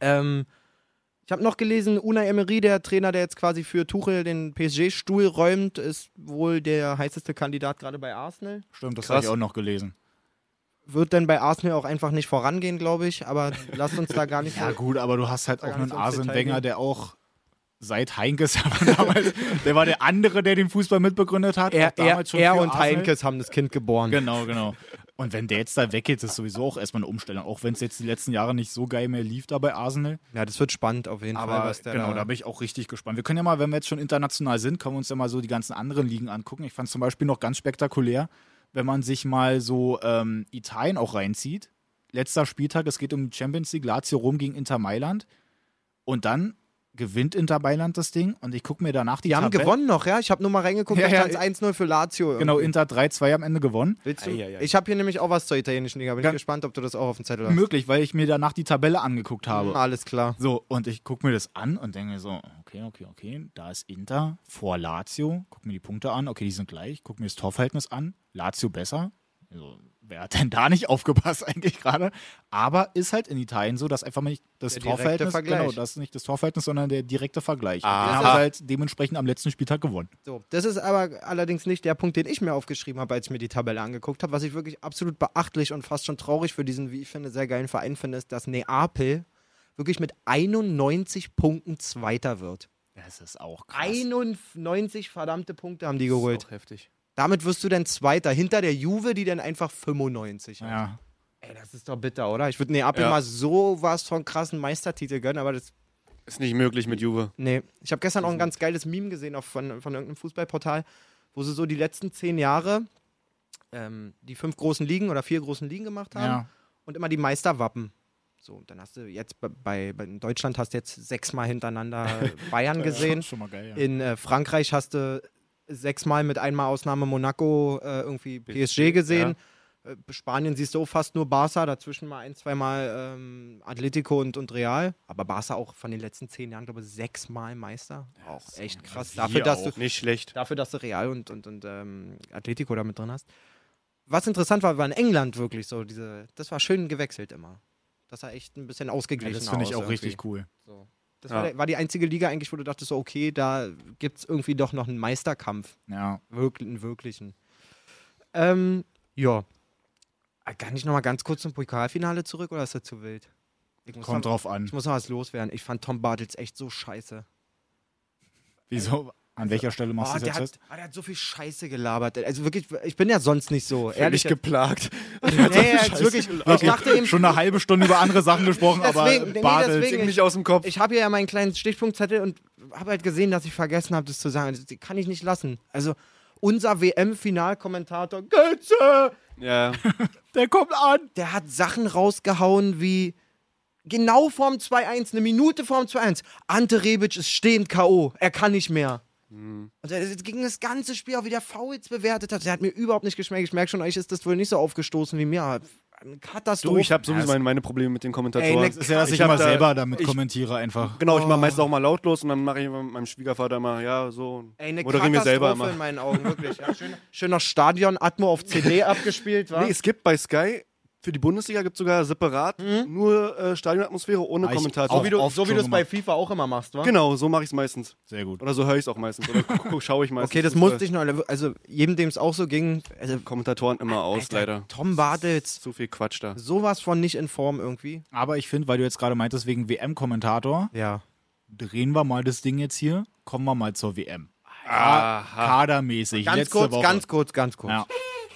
Speaker 3: Ähm, ich habe noch gelesen, Unai Emery, der Trainer, der jetzt quasi für Tuchel den PSG-Stuhl räumt, ist wohl der heißeste Kandidat gerade bei Arsenal.
Speaker 2: Stimmt, das
Speaker 4: Krass.
Speaker 2: habe ich auch noch gelesen.
Speaker 3: Wird dann bei Arsenal auch einfach nicht vorangehen, glaube ich, aber lasst uns da gar nicht
Speaker 2: Ja
Speaker 3: so
Speaker 2: gut, aber du hast halt
Speaker 3: Da
Speaker 2: auch
Speaker 3: kann
Speaker 2: einen
Speaker 3: ich ins
Speaker 2: Arsene
Speaker 3: Detail
Speaker 2: Wenger,
Speaker 3: gehen.
Speaker 2: der auch seit Heinkes aber damals, der war der andere, der den Fußball mitbegründet hat. auch
Speaker 3: Er, er,
Speaker 2: damals schon
Speaker 3: er
Speaker 2: für
Speaker 3: und
Speaker 2: Arsenal.
Speaker 3: Heinkes haben das Kind geboren.
Speaker 2: Genau, genau. Und wenn der jetzt da weggeht, ist sowieso auch erstmal eine Umstellung, auch wenn es jetzt die letzten Jahre nicht so geil mehr lief da bei Arsenal.
Speaker 3: Ja, das wird spannend auf jeden Fall.
Speaker 2: Aber
Speaker 3: Was der
Speaker 2: genau, da
Speaker 3: da
Speaker 2: bin ich auch richtig gespannt. Wir können ja mal, wenn wir jetzt schon international sind, können wir uns ja mal so die ganzen anderen Ligen angucken. Ich fand zum Beispiel noch ganz spektakulär, wenn man sich mal so ähm, Italien auch reinzieht. Letzter Spieltag, es geht um die Champions League, Lazio Rom gegen Inter Mailand. Und dann gewinnt Inter Mailand das Ding und ich gucke mir danach die
Speaker 3: Die haben
Speaker 2: Tabelle-
Speaker 3: gewonnen noch, ja? Ich habe nur mal reingeguckt,
Speaker 2: Ja,
Speaker 3: da
Speaker 2: ja. äh,
Speaker 3: stand 1-0 für Lazio. irgendwie.
Speaker 2: Genau, Inter 3-2 am Ende gewonnen.
Speaker 3: Willst du?
Speaker 4: Eieiei.
Speaker 3: Ich habe hier nämlich auch was zur italienischen Liga. Bin
Speaker 2: Ganz-
Speaker 3: ich gespannt, ob du das auch auf dem Zettel hast. Hm,
Speaker 2: Möglich, weil ich mir danach die Tabelle angeguckt habe.
Speaker 3: Alles klar.
Speaker 2: So, und ich gucke mir das an und denke so, okay, okay, okay, da ist Inter vor Lazio, guck mir die Punkte an, okay, die sind gleich, guck mir das Torverhältnis an, Lazio besser. Also, wer hat denn da nicht aufgepasst eigentlich gerade? Aber ist halt in Italien so, dass einfach nicht das
Speaker 3: Der direkte
Speaker 2: Torverhältnis,
Speaker 3: Vergleich.
Speaker 2: genau, das ist nicht das Torverhältnis, sondern der direkte Vergleich.
Speaker 4: Aha.
Speaker 2: Die haben halt dementsprechend am letzten Spieltag gewonnen.
Speaker 3: So. Das ist aber allerdings nicht der Punkt, den ich mir aufgeschrieben habe, als ich mir die Tabelle angeguckt habe. Was ich wirklich absolut beachtlich und fast schon traurig für diesen, wie ich finde, sehr geilen Verein finde, ist, dass Neapel wirklich mit 91 Punkten Zweiter wird.
Speaker 2: Das ist auch
Speaker 3: 91 verdammte Punkte haben die
Speaker 4: Ist
Speaker 3: geholt.
Speaker 4: auch heftig.
Speaker 3: Damit wirst du dann Zweiter. Hinter der Juve, die dann einfach 95 hat.
Speaker 2: Ja.
Speaker 3: Ey, das ist doch bitter, oder? Ich würde Neapel
Speaker 4: Ja.
Speaker 3: mal sowas von krassen Meistertitel gönnen, aber das
Speaker 4: Ist nicht möglich mit Juve.
Speaker 3: Nee, ich habe gestern auch ein ganz geiles Meme gesehen auf, von, von irgendeinem Fußballportal, wo sie so die letzten zehn Jahre ähm, die fünf großen Ligen oder vier großen Ligen gemacht haben
Speaker 2: ja.
Speaker 3: und immer die Meisterwappen. So, und dann hast du jetzt bei, bei, bei in Deutschland hast du jetzt sechsmal hintereinander Bayern gesehen.
Speaker 2: Schon mal geil, ja.
Speaker 3: In äh, Frankreich hast du sechsmal mit einmal Ausnahme Monaco äh, irgendwie PSG gesehen. Äh, Spanien siehst du auch fast nur Barca, dazwischen mal ein, zweimal ähm, Atletico und, und Real. Aber Barca auch von den letzten zehn Jahren, glaube ich, sechsmal Meister. auch echt krass. Dafür
Speaker 4: Hier
Speaker 3: dass, du,
Speaker 4: auch. Nicht schlecht.
Speaker 3: dafür, dass du Real und, und, und ähm, Atletico da mit drin hast. Was interessant war, war in England wirklich so, diese, das war schön gewechselt immer. Das sah echt ein bisschen
Speaker 2: ja,
Speaker 3: ausgeglichen
Speaker 2: das finde ich
Speaker 3: aus
Speaker 2: auch
Speaker 3: irgendwie.
Speaker 2: richtig cool.
Speaker 3: Das
Speaker 4: Ja.
Speaker 3: war, der, war die einzige Liga eigentlich, wo du dachtest, so, okay, da gibt es irgendwie doch noch einen Meisterkampf,
Speaker 2: Ja.
Speaker 3: wirklich, einen wirklichen. Ähm, ja. Ah, Kann ich nochmal ganz kurz zum Pokalfinale zurück oder ist das zu wild? Ich muss
Speaker 2: Kommt
Speaker 3: noch,
Speaker 2: drauf an.
Speaker 3: Ich muss noch was loswerden. Ich fand Tom Bartels echt so scheiße.
Speaker 2: Wieso? An welcher Stelle
Speaker 3: Oh,
Speaker 2: machst du das
Speaker 3: der,
Speaker 2: jetzt fest?
Speaker 3: hat, oh, der hat so viel Scheiße gelabert. Also wirklich, ich bin ja sonst nicht so. Ehrlich
Speaker 4: Völlig geplagt.
Speaker 3: Nee, er hat wirklich, ich dachte eben,
Speaker 2: Schon eine halbe Stunde über andere Sachen gesprochen,
Speaker 3: Deswegen-
Speaker 2: aber
Speaker 3: nee,
Speaker 2: Bartels.
Speaker 3: deswegen-
Speaker 4: Bring mich aus dem Kopf.
Speaker 3: Ich habe hier ja meinen kleinen Stichpunktzettel und habe halt gesehen, dass ich vergessen habe, das zu sagen. Das kann ich nicht lassen. Also unser WM-Finalkommentator Götze,
Speaker 4: Ja.
Speaker 2: der kommt an.
Speaker 3: der hat Sachen rausgehauen wie genau vorm 2-1, eine Minute vorm 2-1. Ante Rebic ist stehend K.O., er kann nicht mehr.
Speaker 4: Mhm.
Speaker 3: Und er ist gegen das ganze Spiel auch wieder Fouls bewertet hat. Der hat mir überhaupt nicht geschmeckt. Ich merke schon, euch ist das wohl nicht so aufgestoßen wie mir. aber Eine Katastrophe.
Speaker 4: Du, ich habe sowieso meine, meine Probleme mit den Kommentatoren.
Speaker 3: Ey,
Speaker 2: Das ist ja, dass ich,
Speaker 4: ne, hab
Speaker 2: immer
Speaker 4: da-
Speaker 2: selber damit
Speaker 4: ich-
Speaker 2: kommentiere einfach.
Speaker 4: Genau, ich mache meistens auch mal lautlos und dann mache ich mit meinem Schwiegervater immer, ja, so.
Speaker 3: Ey, eine
Speaker 4: moderieren wir selber
Speaker 3: Katastrophe in
Speaker 4: immer.
Speaker 3: meinen Augen, wirklich. Ja, schön, schön noch Stadion, Atmo auf CD abgespielt, war.
Speaker 4: Nee, es gibt bei Sky, für die Bundesliga gibt es sogar separat nur äh, Stadionatmosphäre ohne
Speaker 2: Ah, ich-
Speaker 4: Kommentator.
Speaker 2: auch
Speaker 4: Wie
Speaker 2: wie
Speaker 4: du-
Speaker 2: du- oft
Speaker 3: so wie
Speaker 2: schon
Speaker 3: du es bei
Speaker 2: gemacht.
Speaker 3: FIFA auch immer machst, wa?
Speaker 4: Genau, so mache ich es meistens.
Speaker 2: Sehr gut.
Speaker 4: Oder so höre ich es auch meistens. Oder schaue ich meistens.
Speaker 3: Okay, das musste ich noch. Also, jedem, dem es auch so ging, also,
Speaker 4: Kommentatoren immer aus, leider.
Speaker 3: Tom Bartels,
Speaker 4: Zu viel Quatsch da.
Speaker 3: sowas von nicht in Form irgendwie.
Speaker 2: Aber ich finde, weil du jetzt gerade meintest, wegen WM-Kommentator,
Speaker 3: Ja.
Speaker 2: drehen wir mal das Ding jetzt hier, kommen wir mal zur WM.
Speaker 4: Aha.
Speaker 2: Kadermäßig.
Speaker 3: Ganz
Speaker 2: letzte
Speaker 3: kurz,
Speaker 2: Woche.
Speaker 3: ganz kurz, ganz kurz.
Speaker 2: Ja.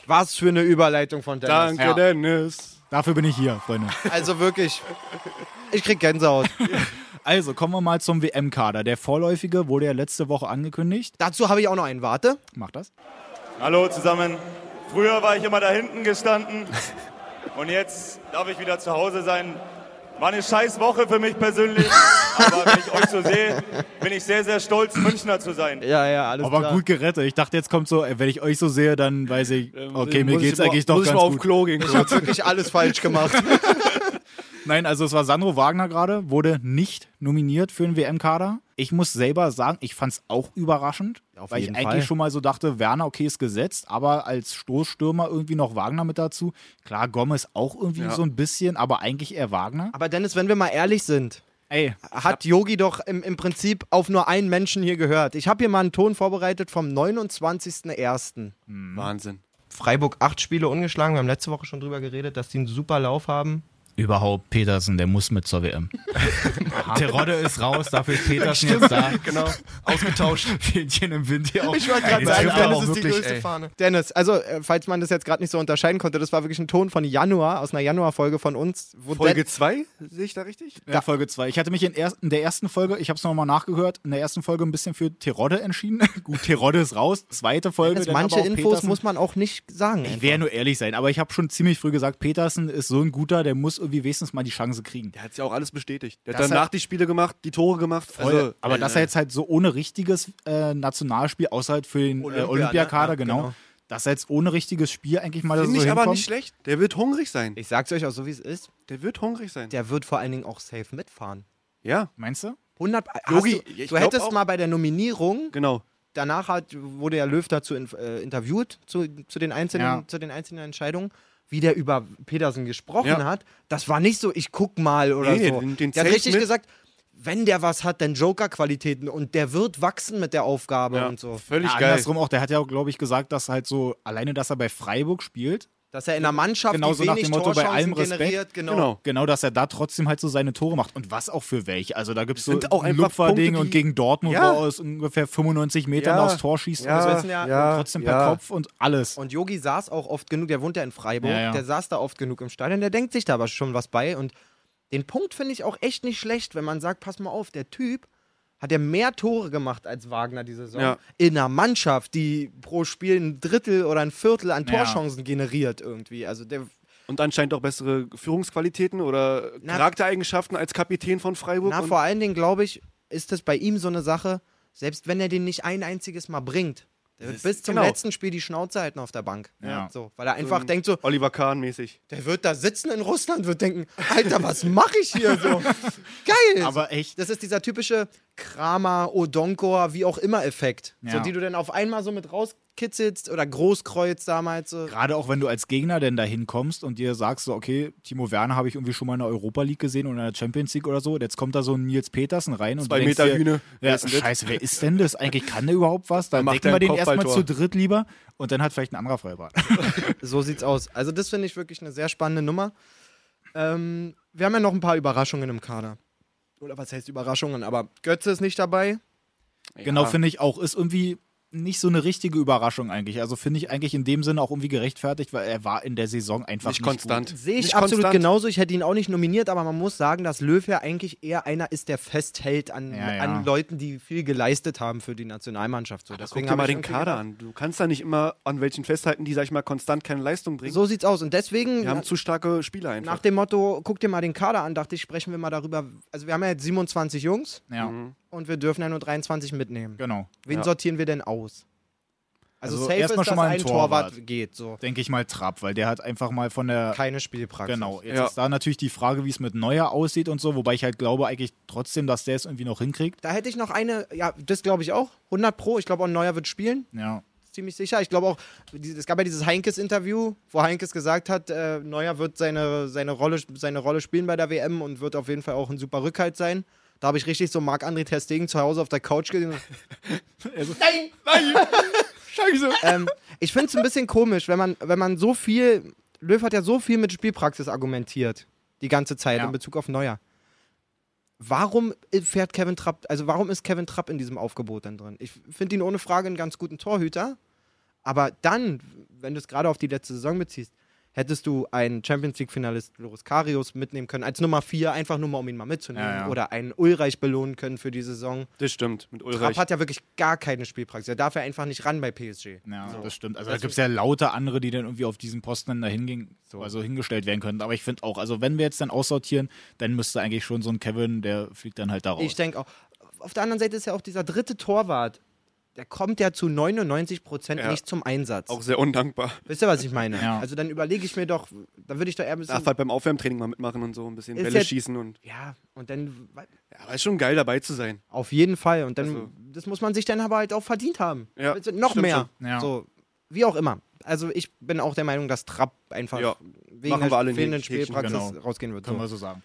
Speaker 3: Was für eine Überleitung von Dennis.
Speaker 4: Danke,
Speaker 2: Ja.
Speaker 4: Dennis.
Speaker 2: Dafür bin ich hier, Freunde.
Speaker 3: Also wirklich, ich krieg Gänsehaut.
Speaker 2: Also, kommen wir mal zum WM-Kader. Der vorläufige wurde ja letzte Woche angekündigt.
Speaker 3: Dazu habe ich auch noch einen. Warte.
Speaker 2: Macht das.
Speaker 6: Hallo zusammen. Früher war ich immer da hinten gestanden und jetzt darf ich wieder zu Hause sein. War eine scheiß Woche für mich persönlich, aber wenn ich euch so sehe, bin ich sehr, sehr stolz, Münchner zu sein.
Speaker 3: Ja, ja, alles
Speaker 2: Aber gut gerettet. Ich dachte, jetzt kommt so, ey, wenn ich euch so sehe, dann weiß Ähm, ich, okay, mir
Speaker 4: Muss ich
Speaker 2: geht's
Speaker 4: mal-
Speaker 2: eigentlich doch
Speaker 4: muss
Speaker 2: ganz
Speaker 4: ich mal auf
Speaker 2: gut.
Speaker 4: Klo gehen.
Speaker 3: Ich habe wirklich alles falsch gemacht.
Speaker 2: Nein, also es war Sandro Wagner gerade, wurde nicht nominiert für den WM-Kader. Ich muss selber sagen, ich fand es auch überraschend,
Speaker 3: auf
Speaker 2: weil ich
Speaker 3: jeden
Speaker 2: eigentlich
Speaker 3: Fall.
Speaker 2: schon mal so dachte, Werner, okay, ist gesetzt, aber als Stoßstürmer irgendwie noch Wagner mit dazu. Klar, Gomez auch irgendwie
Speaker 4: Ja.
Speaker 2: so ein bisschen, aber eigentlich eher Wagner.
Speaker 3: Aber Dennis, wenn wir mal ehrlich sind,
Speaker 2: Ey,
Speaker 3: hat Yogi doch im, im Prinzip auf nur einen Menschen hier gehört. Ich habe hier mal einen Ton vorbereitet vom 29.01.
Speaker 4: Wahnsinn.
Speaker 3: Freiburg acht Spiele ungeschlagen. Wir haben letzte Woche schon drüber geredet, dass die einen super Lauf haben.
Speaker 2: überhaupt Petersen, der muss mit zur WM.
Speaker 7: Terodde ist raus, dafür ist Petersen jetzt da. Genau. Ausgetauscht. Fähnchen im Wind hier auch. Ich wollte gerade
Speaker 3: sagen, Dennis
Speaker 7: ist wirklich, die größte ey.
Speaker 3: Fahne. Dennis, also äh, falls man das jetzt gerade nicht so unterscheiden konnte, das war wirklich ein Ton von Januar, aus einer Januar-Folge von uns. Wo
Speaker 4: Folge 2, sehe ich da richtig?
Speaker 2: Ja, Folge 2. Ich hatte mich in, erst, in der ersten Folge, ich habe es nochmal nachgehört, in der ersten Folge ein bisschen für Terodde entschieden. Gut, Terodde ist raus. Zweite Folge.
Speaker 3: Dennis,
Speaker 2: dann
Speaker 3: manche
Speaker 2: aber auch
Speaker 3: Infos
Speaker 2: Petersen.
Speaker 3: muss man auch nicht sagen.
Speaker 2: Ich werde nur ehrlich sein, aber ich habe schon ziemlich früh gesagt, Petersen ist so ein guter, der muss irgendwie wenigstens mal die Chance kriegen.
Speaker 4: Der hat ja auch alles bestätigt. Der hat
Speaker 2: Das
Speaker 4: danach
Speaker 2: hat-
Speaker 4: die Spiele gemacht, die Tore gemacht. Also,
Speaker 2: aber dass er jetzt halt so ohne richtiges äh, Nationalspiel, außer halt für den
Speaker 4: Olympia,
Speaker 2: äh,
Speaker 4: ne?
Speaker 2: Olympiakader,
Speaker 4: Ja,
Speaker 2: genau,
Speaker 4: genau.
Speaker 2: dass er jetzt ohne richtiges Spiel eigentlich mal so
Speaker 4: Finde ich
Speaker 2: hinkommt.
Speaker 4: aber nicht schlecht. Der wird hungrig sein.
Speaker 3: Ich sag's euch auch so, wie es ist.
Speaker 4: Der wird hungrig sein.
Speaker 3: Der wird vor allen Dingen auch safe mitfahren.
Speaker 4: Ja,
Speaker 2: Meinst du?
Speaker 3: 100
Speaker 4: Yogi,
Speaker 3: hast du,
Speaker 4: ich
Speaker 3: du
Speaker 4: glaub
Speaker 3: hättest
Speaker 4: auch-
Speaker 3: mal bei der Nominierung,
Speaker 4: genau.
Speaker 3: danach hat, wurde ja Löw dazu in, äh, interviewt, zu, zu, den einzelnen,
Speaker 2: Ja.
Speaker 3: zu den einzelnen Entscheidungen, wie der über Petersen gesprochen
Speaker 4: Ja.
Speaker 3: hat. Das war nicht so, ich guck mal oder
Speaker 4: Nee,
Speaker 3: so.
Speaker 4: den- den
Speaker 3: der hat
Speaker 4: zähl ich
Speaker 3: richtig
Speaker 4: mit.
Speaker 3: gesagt, wenn der was hat, dann Joker-Qualitäten und der wird wachsen mit der Aufgabe und so.
Speaker 4: Völlig
Speaker 2: Ja,
Speaker 4: geil.
Speaker 2: andersrum auch, der hat ja auch, glaube ich, gesagt, dass halt so, alleine, dass er bei Freiburg spielt,
Speaker 3: Dass er in der Mannschaft
Speaker 2: Genau
Speaker 3: die
Speaker 2: so nach
Speaker 3: wenig
Speaker 2: dem Motto, bei
Speaker 3: Torchancen
Speaker 2: allem Respekt.
Speaker 3: generiert, genau.
Speaker 4: Genau.
Speaker 2: genau, dass er da trotzdem halt so seine Tore macht. Und was auch für welche. Also da gibt es so
Speaker 4: sind auch einfach
Speaker 2: Lupferding
Speaker 4: Punkte,
Speaker 2: und
Speaker 4: die-
Speaker 2: gegen Dortmund,
Speaker 4: Ja.
Speaker 2: wo er aus ungefähr 95 Metern
Speaker 4: Ja.
Speaker 2: aufs Tor schießt
Speaker 4: Ja,
Speaker 2: und, so.
Speaker 3: wissen ja-
Speaker 4: ja,
Speaker 2: und trotzdem per
Speaker 4: ja.
Speaker 2: Kopf und alles.
Speaker 3: Und Yogi saß auch oft genug, der wohnt ja in Freiburg,
Speaker 2: Ja, ja.
Speaker 3: der saß da oft genug im Stadion, der denkt sich da aber schon was bei. Und den Punkt finde ich auch echt nicht schlecht, wenn man sagt, pass mal auf, der Typ hat ja mehr Tore gemacht als Wagner diese Saison.
Speaker 4: Ja.
Speaker 3: In einer Mannschaft, die pro Spiel ein Drittel oder ein Viertel an
Speaker 2: Ja.
Speaker 3: Torchancen generiert irgendwie. Also der,
Speaker 4: Und anscheinend auch bessere Führungsqualitäten oder
Speaker 3: Na-
Speaker 4: Charaktereigenschaften als Kapitän von Freiburg.
Speaker 3: na,
Speaker 4: und
Speaker 3: vor allen Dingen, glaube ich, ist das bei ihm so eine Sache, selbst wenn er den nicht ein einziges Mal bringt, der wird
Speaker 4: ist-
Speaker 3: bis zum
Speaker 4: genau.
Speaker 3: letzten Spiel die Schnauze halten auf der Bank.
Speaker 2: Ja.
Speaker 3: So, weil er einfach denkt so,
Speaker 4: Oliver Kahn mäßig.
Speaker 3: Der wird da sitzen in Russland, wird denken, Alter, was mache ich hier so? Geil!
Speaker 2: Aber echt.
Speaker 3: das ist dieser typische Kramer, Odonkor, wie auch immer Effekt. So,
Speaker 2: Ja.
Speaker 3: die du dann auf einmal so mit rauskitzelst oder Großkreuz damals. So.
Speaker 2: Gerade auch wenn du als Gegner denn da hinkommst und dir sagst, so, okay, Timo Werner habe ich irgendwie schon mal in der Europa League gesehen oder in der Champions League oder so, und jetzt kommt da so ein Nils Petersen rein und
Speaker 4: Zwei
Speaker 2: du denkst
Speaker 4: Meter
Speaker 2: dir,
Speaker 4: Hühne.
Speaker 2: Ja,
Speaker 4: Wer ist denn das?
Speaker 2: scheiße, wer ist denn das? Eigentlich kann der überhaupt was? Dann
Speaker 4: Macht
Speaker 2: decken
Speaker 4: der
Speaker 2: wir den
Speaker 4: ein
Speaker 2: erstmal zu
Speaker 4: Kopfballtor.
Speaker 2: dritt lieber und dann hat vielleicht ein anderer Freibad.
Speaker 3: so sieht's aus. Also, das finde ich wirklich eine sehr spannende Nummer. Ähm, wir haben ja noch ein paar Überraschungen im Kader. Oder was heißt Überraschungen? Aber Götze ist nicht dabei.
Speaker 2: Genau, finde ich auch. Ist irgendwie nicht so eine richtige Überraschung eigentlich. Also finde ich eigentlich in dem Sinne auch irgendwie gerechtfertigt, weil er war in der Saison einfach nicht,
Speaker 4: Nicht konstant.
Speaker 3: Sehe ich
Speaker 4: Nicht
Speaker 3: absolut
Speaker 4: konstant.
Speaker 3: genauso. Ich hätte ihn auch nicht nominiert, aber man muss sagen, dass Löw ja eigentlich eher einer ist, der festhält an,
Speaker 2: Ja, ja.
Speaker 3: an Leuten, die viel geleistet haben für die Nationalmannschaft. So,
Speaker 4: Guck
Speaker 3: deswegen
Speaker 4: dir
Speaker 3: habe
Speaker 4: mal
Speaker 3: ich
Speaker 4: den
Speaker 3: irgendwie
Speaker 4: Kader
Speaker 3: gedacht,
Speaker 4: an. Du kannst da nicht immer an welchen festhalten, die, sag ich mal, konstant keine Leistung bringen.
Speaker 3: So sieht's aus. Und deswegen, äh,
Speaker 4: Wir haben zu starke Spieler
Speaker 3: nach
Speaker 4: einfach.
Speaker 3: dem Motto, guck dir mal den Kader an, dachte ich, sprechen wir mal darüber. Also wir haben ja jetzt 27 Jungs
Speaker 2: gut. Ja,
Speaker 3: und wir dürfen ja nur 23 mitnehmen.
Speaker 2: genau.
Speaker 3: Wen
Speaker 4: Ja.
Speaker 3: sortieren wir denn aus? Also,
Speaker 2: Also
Speaker 3: safe ist,
Speaker 2: erstmal
Speaker 3: dass
Speaker 2: schon mal ein
Speaker 3: ein Torwart,
Speaker 2: Torwart.
Speaker 3: geht. So.
Speaker 2: Denke ich mal Trapp, weil der hat einfach mal von der
Speaker 3: Keine Spielpraxis.
Speaker 2: Genau, jetzt
Speaker 4: Ja.
Speaker 2: ist da natürlich die Frage, wie es mit Neuer aussieht und so, wobei ich halt glaube eigentlich trotzdem, dass der es irgendwie noch hinkriegt.
Speaker 3: Da hätte ich noch eine, ja, das glaube ich auch. 100 Pro. Ich glaube, auch Neuer wird spielen.
Speaker 2: Ja.
Speaker 3: ziemlich sicher. Ich glaube auch, die- es gab ja dieses Heinkes-Interview, wo Heinkes gesagt hat, äh, Neuer wird seine, seine, Rolle, seine Rolle spielen bei der WM und wird auf jeden Fall auch ein super Rückhalt sein. Da habe ich richtig so Marc-André Testegen zu Hause auf der Couch gesehen. nein!
Speaker 4: Scheiße.
Speaker 3: Ähm, ich finde es ein bisschen komisch, wenn man, wenn man so viel, Löw hat ja so viel mit Spielpraxis argumentiert, die ganze Zeit
Speaker 2: Ja.
Speaker 3: in Bezug auf Neuer. Warum fährt Kevin Trapp, also warum ist Kevin Trapp in diesem Aufgebot dann drin? Ich finde ihn ohne Frage einen ganz guten Torhüter, aber dann, wenn du es gerade auf die letzte Saison beziehst, hättest du einen Champions League-Finalist Loris Karius mitnehmen können, als Nummer 4, einfach nur mal, um ihn mal mitzunehmen,
Speaker 2: Ja, ja.
Speaker 3: oder einen Ulreich belohnen können für die Saison.
Speaker 4: Das stimmt, mit
Speaker 3: Trapp
Speaker 4: Ulreich.
Speaker 3: hat ja wirklich gar keine Spielpraxis, er darf ja einfach nicht ran bei PSG.
Speaker 2: Ja,
Speaker 3: So.
Speaker 2: das stimmt. Also da gibt es ja lauter andere, die dann irgendwie auf diesen Posten dann dahin ging, also hingestellt werden könnten. Aber ich finde auch, also wenn wir jetzt dann aussortieren, dann müsste eigentlich schon so ein Kevin, der fliegt dann halt da raus.
Speaker 3: Ich denke auch. Auf der anderen Seite ist ja auch dieser dritte Torwart, der kommt ja zu 99 Prozent
Speaker 4: Ja.
Speaker 3: nicht zum Einsatz.
Speaker 4: Auch sehr undankbar.
Speaker 3: Wisst ihr, was ich meine?
Speaker 2: Ja.
Speaker 3: Also dann überlege ich mir doch, dann würde ich doch eher ein bisschen.
Speaker 4: Darf halt beim Aufwärmtraining mal mitmachen und so ein bisschen
Speaker 3: Ist
Speaker 4: Bälle
Speaker 3: jetzt-
Speaker 4: schießen und.
Speaker 3: ja, und dann
Speaker 4: Ja, aber ist schon geil dabei zu sein.
Speaker 3: auf jeden Fall. Und dann,
Speaker 4: Also-
Speaker 3: das muss man sich dann aber halt auch verdient haben.
Speaker 4: Ja,
Speaker 3: Also noch
Speaker 4: stimmt
Speaker 3: mehr.
Speaker 2: schon. Ja.
Speaker 3: So, wie auch immer. Also ich bin auch der Meinung, dass Trapp einfach
Speaker 4: Ja.
Speaker 3: wegen
Speaker 4: Machen wir alle
Speaker 3: der
Speaker 4: ein
Speaker 3: fehlenden
Speaker 4: Häkchen,
Speaker 3: Spielpraxis
Speaker 2: genau.
Speaker 3: rausgehen wird.
Speaker 2: Können wir
Speaker 3: So.
Speaker 2: so sagen.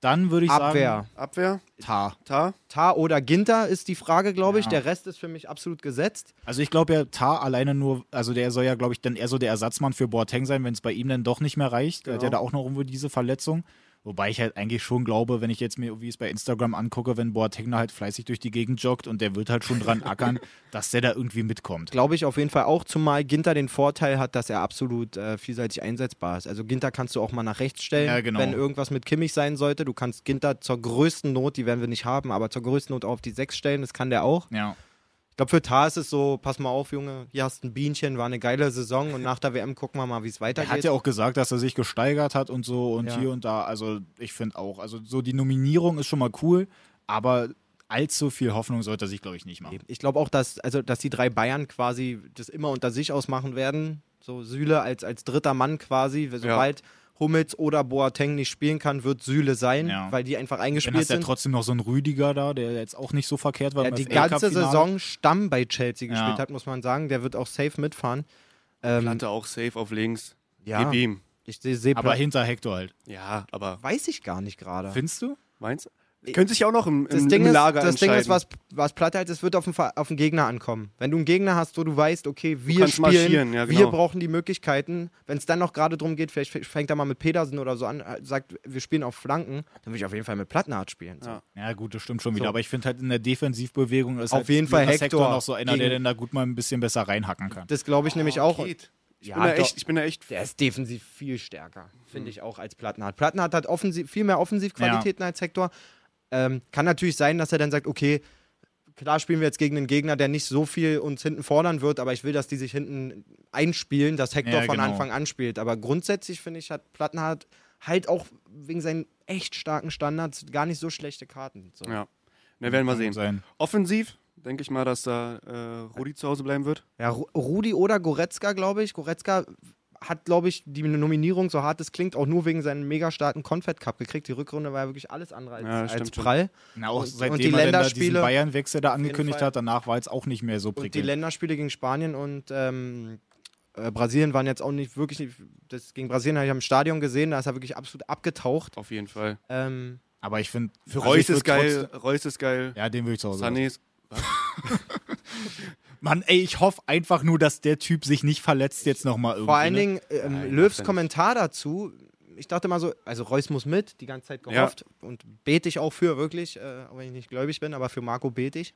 Speaker 2: Dann würde ich
Speaker 3: Abwehr.
Speaker 2: sagen,
Speaker 4: Abwehr,
Speaker 2: Tar.
Speaker 4: Tar.
Speaker 3: Tar oder Ginter ist die Frage, glaube ich. Der Rest ist für mich absolut gesetzt.
Speaker 2: Also ich glaube ja, Tar alleine nur, also der soll ja, glaube ich, dann eher so der Ersatzmann für Boateng sein, wenn es bei ihm dann doch nicht mehr reicht. Der hat ja da auch noch irgendwo diese Verletzung. Wobei ich halt eigentlich schon glaube, wenn ich jetzt mir, wie ich es bei Instagram angucke, wenn Boateng da halt fleißig durch die Gegend joggt und der wird halt schon dran ackern, dass der da irgendwie mitkommt.
Speaker 3: Glaube ich auf jeden Fall auch, zumal Ginter den Vorteil hat, dass er absolut äh, vielseitig einsetzbar ist. Also Ginter kannst du auch mal nach rechts stellen,
Speaker 2: Ja, genau.
Speaker 3: wenn irgendwas mit Kimmich sein sollte. Du kannst Ginter zur größten Not, die werden wir nicht haben, aber zur größten Not auf die 6 stellen, das kann der auch.
Speaker 2: Ja.
Speaker 3: Ich glaube, für Tar ist es so, pass mal auf, Junge, hier hast ein Bienchen, war eine geile Saison und nach der WM gucken wir mal, wie es
Speaker 2: Er hat
Speaker 3: weitergeht.
Speaker 2: ja auch gesagt, dass er sich gesteigert hat und so und
Speaker 3: Ja.
Speaker 2: hier und da. Also ich finde auch, also so die Nominierung ist schon mal cool, aber allzu viel Hoffnung sollte er sich, glaube ich, nicht machen.
Speaker 3: ich glaube auch, dass, also, dass die drei Bayern quasi das immer unter sich ausmachen werden. So Süle als, als dritter Mann quasi. Sobald Hummels oder Boateng nicht spielen kann, wird Süle sein,
Speaker 2: Ja.
Speaker 3: weil die einfach
Speaker 2: Dann
Speaker 3: eingespielt
Speaker 2: hast du ja
Speaker 3: sind.
Speaker 2: trotzdem noch so einen Rüdiger da, der jetzt auch nicht so verkehrt war.
Speaker 3: Der
Speaker 2: im
Speaker 3: die
Speaker 2: FA Cup
Speaker 3: ganze
Speaker 2: Finale.
Speaker 3: Saison Stamm bei Chelsea
Speaker 2: Ja.
Speaker 3: gespielt hat, muss man sagen. Der wird auch safe mitfahren. Ähm,
Speaker 4: Plante auch safe auf links.
Speaker 3: ja,
Speaker 4: Gib ihm.
Speaker 3: ich sehe seh
Speaker 2: Aber
Speaker 3: Plan-
Speaker 2: hinter Hector halt.
Speaker 4: Ja, aber
Speaker 3: Weiß ich gar nicht gerade.
Speaker 2: Findest du?
Speaker 4: meinst du? Könnte sich ja auch noch im, im,
Speaker 3: das Ding
Speaker 4: im Lager
Speaker 3: ist, das Ding
Speaker 4: entscheiden.
Speaker 3: ist, was, was Platte halt ist, wird auf den, Ver- auf den Gegner ankommen. Wenn du einen Gegner hast, wo du weißt, okay, wir
Speaker 4: kannst
Speaker 3: spielen,
Speaker 4: marschieren, ja,
Speaker 3: wir
Speaker 4: genau.
Speaker 3: brauchen die Möglichkeiten. Wenn es dann noch gerade drum geht, vielleicht f- fängt er mal mit Pedersen oder so an, äh, sagt, wir spielen auf Flanken, dann würde ich auf jeden Fall mit Plattenhardt spielen. So.
Speaker 4: Ja.
Speaker 2: Ja, gut, das stimmt schon wieder.
Speaker 3: So.
Speaker 2: Aber ich finde halt in der Defensivbewegung ist
Speaker 3: Auf
Speaker 2: halt
Speaker 3: jeden Fall
Speaker 2: Jonas
Speaker 3: Hector
Speaker 2: noch so einer,
Speaker 3: gegen-
Speaker 2: der denn da gut mal ein bisschen besser reinhacken kann.
Speaker 3: Das glaube ich nämlich auch.
Speaker 4: Geht. Oh, Ich,
Speaker 3: Ja,
Speaker 4: bin da
Speaker 3: doch.
Speaker 4: echt, ich bin da echt.
Speaker 3: Der ist defensiv viel stärker,
Speaker 2: Mhm.
Speaker 3: finde ich auch, als Plattenhardt. Plattenhardt hat offensiv, viel mehr Offensivqualitäten als Hector. Ähm, kann natürlich sein, dass er dann sagt, okay, klar spielen wir jetzt gegen einen Gegner, der nicht so viel uns hinten fordern wird, aber ich will, dass die sich hinten einspielen, dass Hector
Speaker 2: Ja,
Speaker 3: von
Speaker 2: genau.
Speaker 3: Anfang an spielt. Aber grundsätzlich, finde ich, hat Plattenhardt halt auch wegen seinen echt starken Standards gar nicht so schlechte Karten. So.
Speaker 4: Ja. Na, werden wir sehen.
Speaker 2: Sein.
Speaker 4: Offensiv denke ich mal, dass da äh, Rudi zu Hause bleiben wird.
Speaker 3: Ja, Ru- Rudi oder Goretzka, glaube ich. Goretzka hat, glaube ich, die Nominierung, so hart es klingt, auch nur wegen seinen mega starken Confed Cup gekriegt. Die Rückrunde war ja wirklich alles andere als,
Speaker 4: Ja,
Speaker 3: als
Speaker 4: stimmt schon.
Speaker 3: prall.
Speaker 2: Na, auch
Speaker 3: Und-
Speaker 2: seitdem
Speaker 3: und die
Speaker 2: er denn da diesen
Speaker 3: Länderspiele-
Speaker 2: Bayern-Wechsel da angekündigt
Speaker 3: Fall.
Speaker 2: hat, danach war jetzt auch nicht mehr so
Speaker 3: Und die
Speaker 2: prickelnd.
Speaker 3: Länderspiele gegen Spanien und ähm, äh, Brasilien waren jetzt auch nicht wirklich. Nicht, das gegen Brasilien habe ich am Stadion gesehen, da ist er wirklich absolut abgetaucht.
Speaker 4: Auf jeden Fall.
Speaker 3: Ähm,
Speaker 2: Aber ich finde,
Speaker 4: Für Reus ist geil. Reus ist geil.
Speaker 2: Ja, den würde ich zu Hause. lassen.
Speaker 4: Sané ist.
Speaker 2: Mann, ey, ich hoffe einfach nur, dass der Typ sich nicht verletzt jetzt nochmal irgendwie.
Speaker 3: vor allen
Speaker 2: ne?
Speaker 3: Dingen ähm,
Speaker 4: Nein, macht
Speaker 3: Löws
Speaker 4: er
Speaker 3: Kommentar dazu. Ich dachte mal so, also Reus muss mit, die ganze Zeit gehofft und bete ich auch für, wirklich, äh, auch wenn ich nicht gläubig bin, aber für Marco bete ich.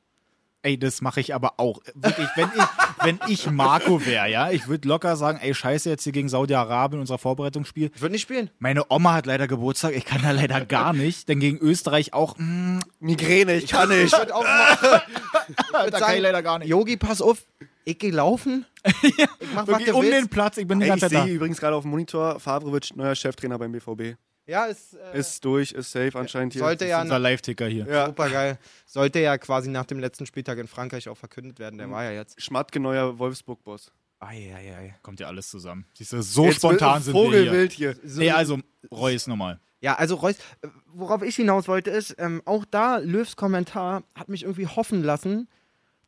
Speaker 2: Ey, das mache ich aber auch. Wirklich, wenn ich, wenn ich Marco wäre, ja, ich würde locker sagen, ey, scheiße, jetzt hier gegen Saudi-Arabien, unser Vorbereitungsspiel.
Speaker 3: Ich würde nicht spielen.
Speaker 2: Meine Oma hat leider Geburtstag, ich kann da leider gar nicht. Denn gegen Österreich auch, hm, mh,
Speaker 4: Migräne, ich kann nicht.
Speaker 3: Ich würde auch mal. Ich würd
Speaker 2: Da kann
Speaker 3: sagen,
Speaker 2: ich leider gar nicht.
Speaker 3: Yogi, pass auf. Ich geh laufen. Ich mach, was
Speaker 2: wirklich
Speaker 3: du
Speaker 2: um den
Speaker 3: willst.
Speaker 2: Platz, ich bin die
Speaker 4: Ey, ich
Speaker 2: ganze Zeit da.
Speaker 4: sehe übrigens gerade auf dem Monitor, Favre wird neuer Cheftrainer beim BVB.
Speaker 3: Ja, ist, äh,
Speaker 4: Ist durch, ist safe anscheinend hier.
Speaker 3: sollte ja,
Speaker 2: Unser Live-Ticker hier.
Speaker 4: ja.
Speaker 3: super geil. Sollte ja quasi nach dem letzten Spieltag in Frankreich auch verkündet werden. Der war ja jetzt.
Speaker 4: Schmatke neuer Wolfsburg-Boss.
Speaker 3: Eieiei.
Speaker 2: Kommt ja alles zusammen. Siehst du, so
Speaker 4: Jetzt
Speaker 2: spontan
Speaker 4: wird
Speaker 2: sind wir hier.
Speaker 4: Vogelwild hier.
Speaker 2: Nee, also, Reus nochmal.
Speaker 3: Ja, also Reus, äh, worauf ich hinaus wollte, ist, ähm, auch da Löws Kommentar hat mich irgendwie hoffen lassen,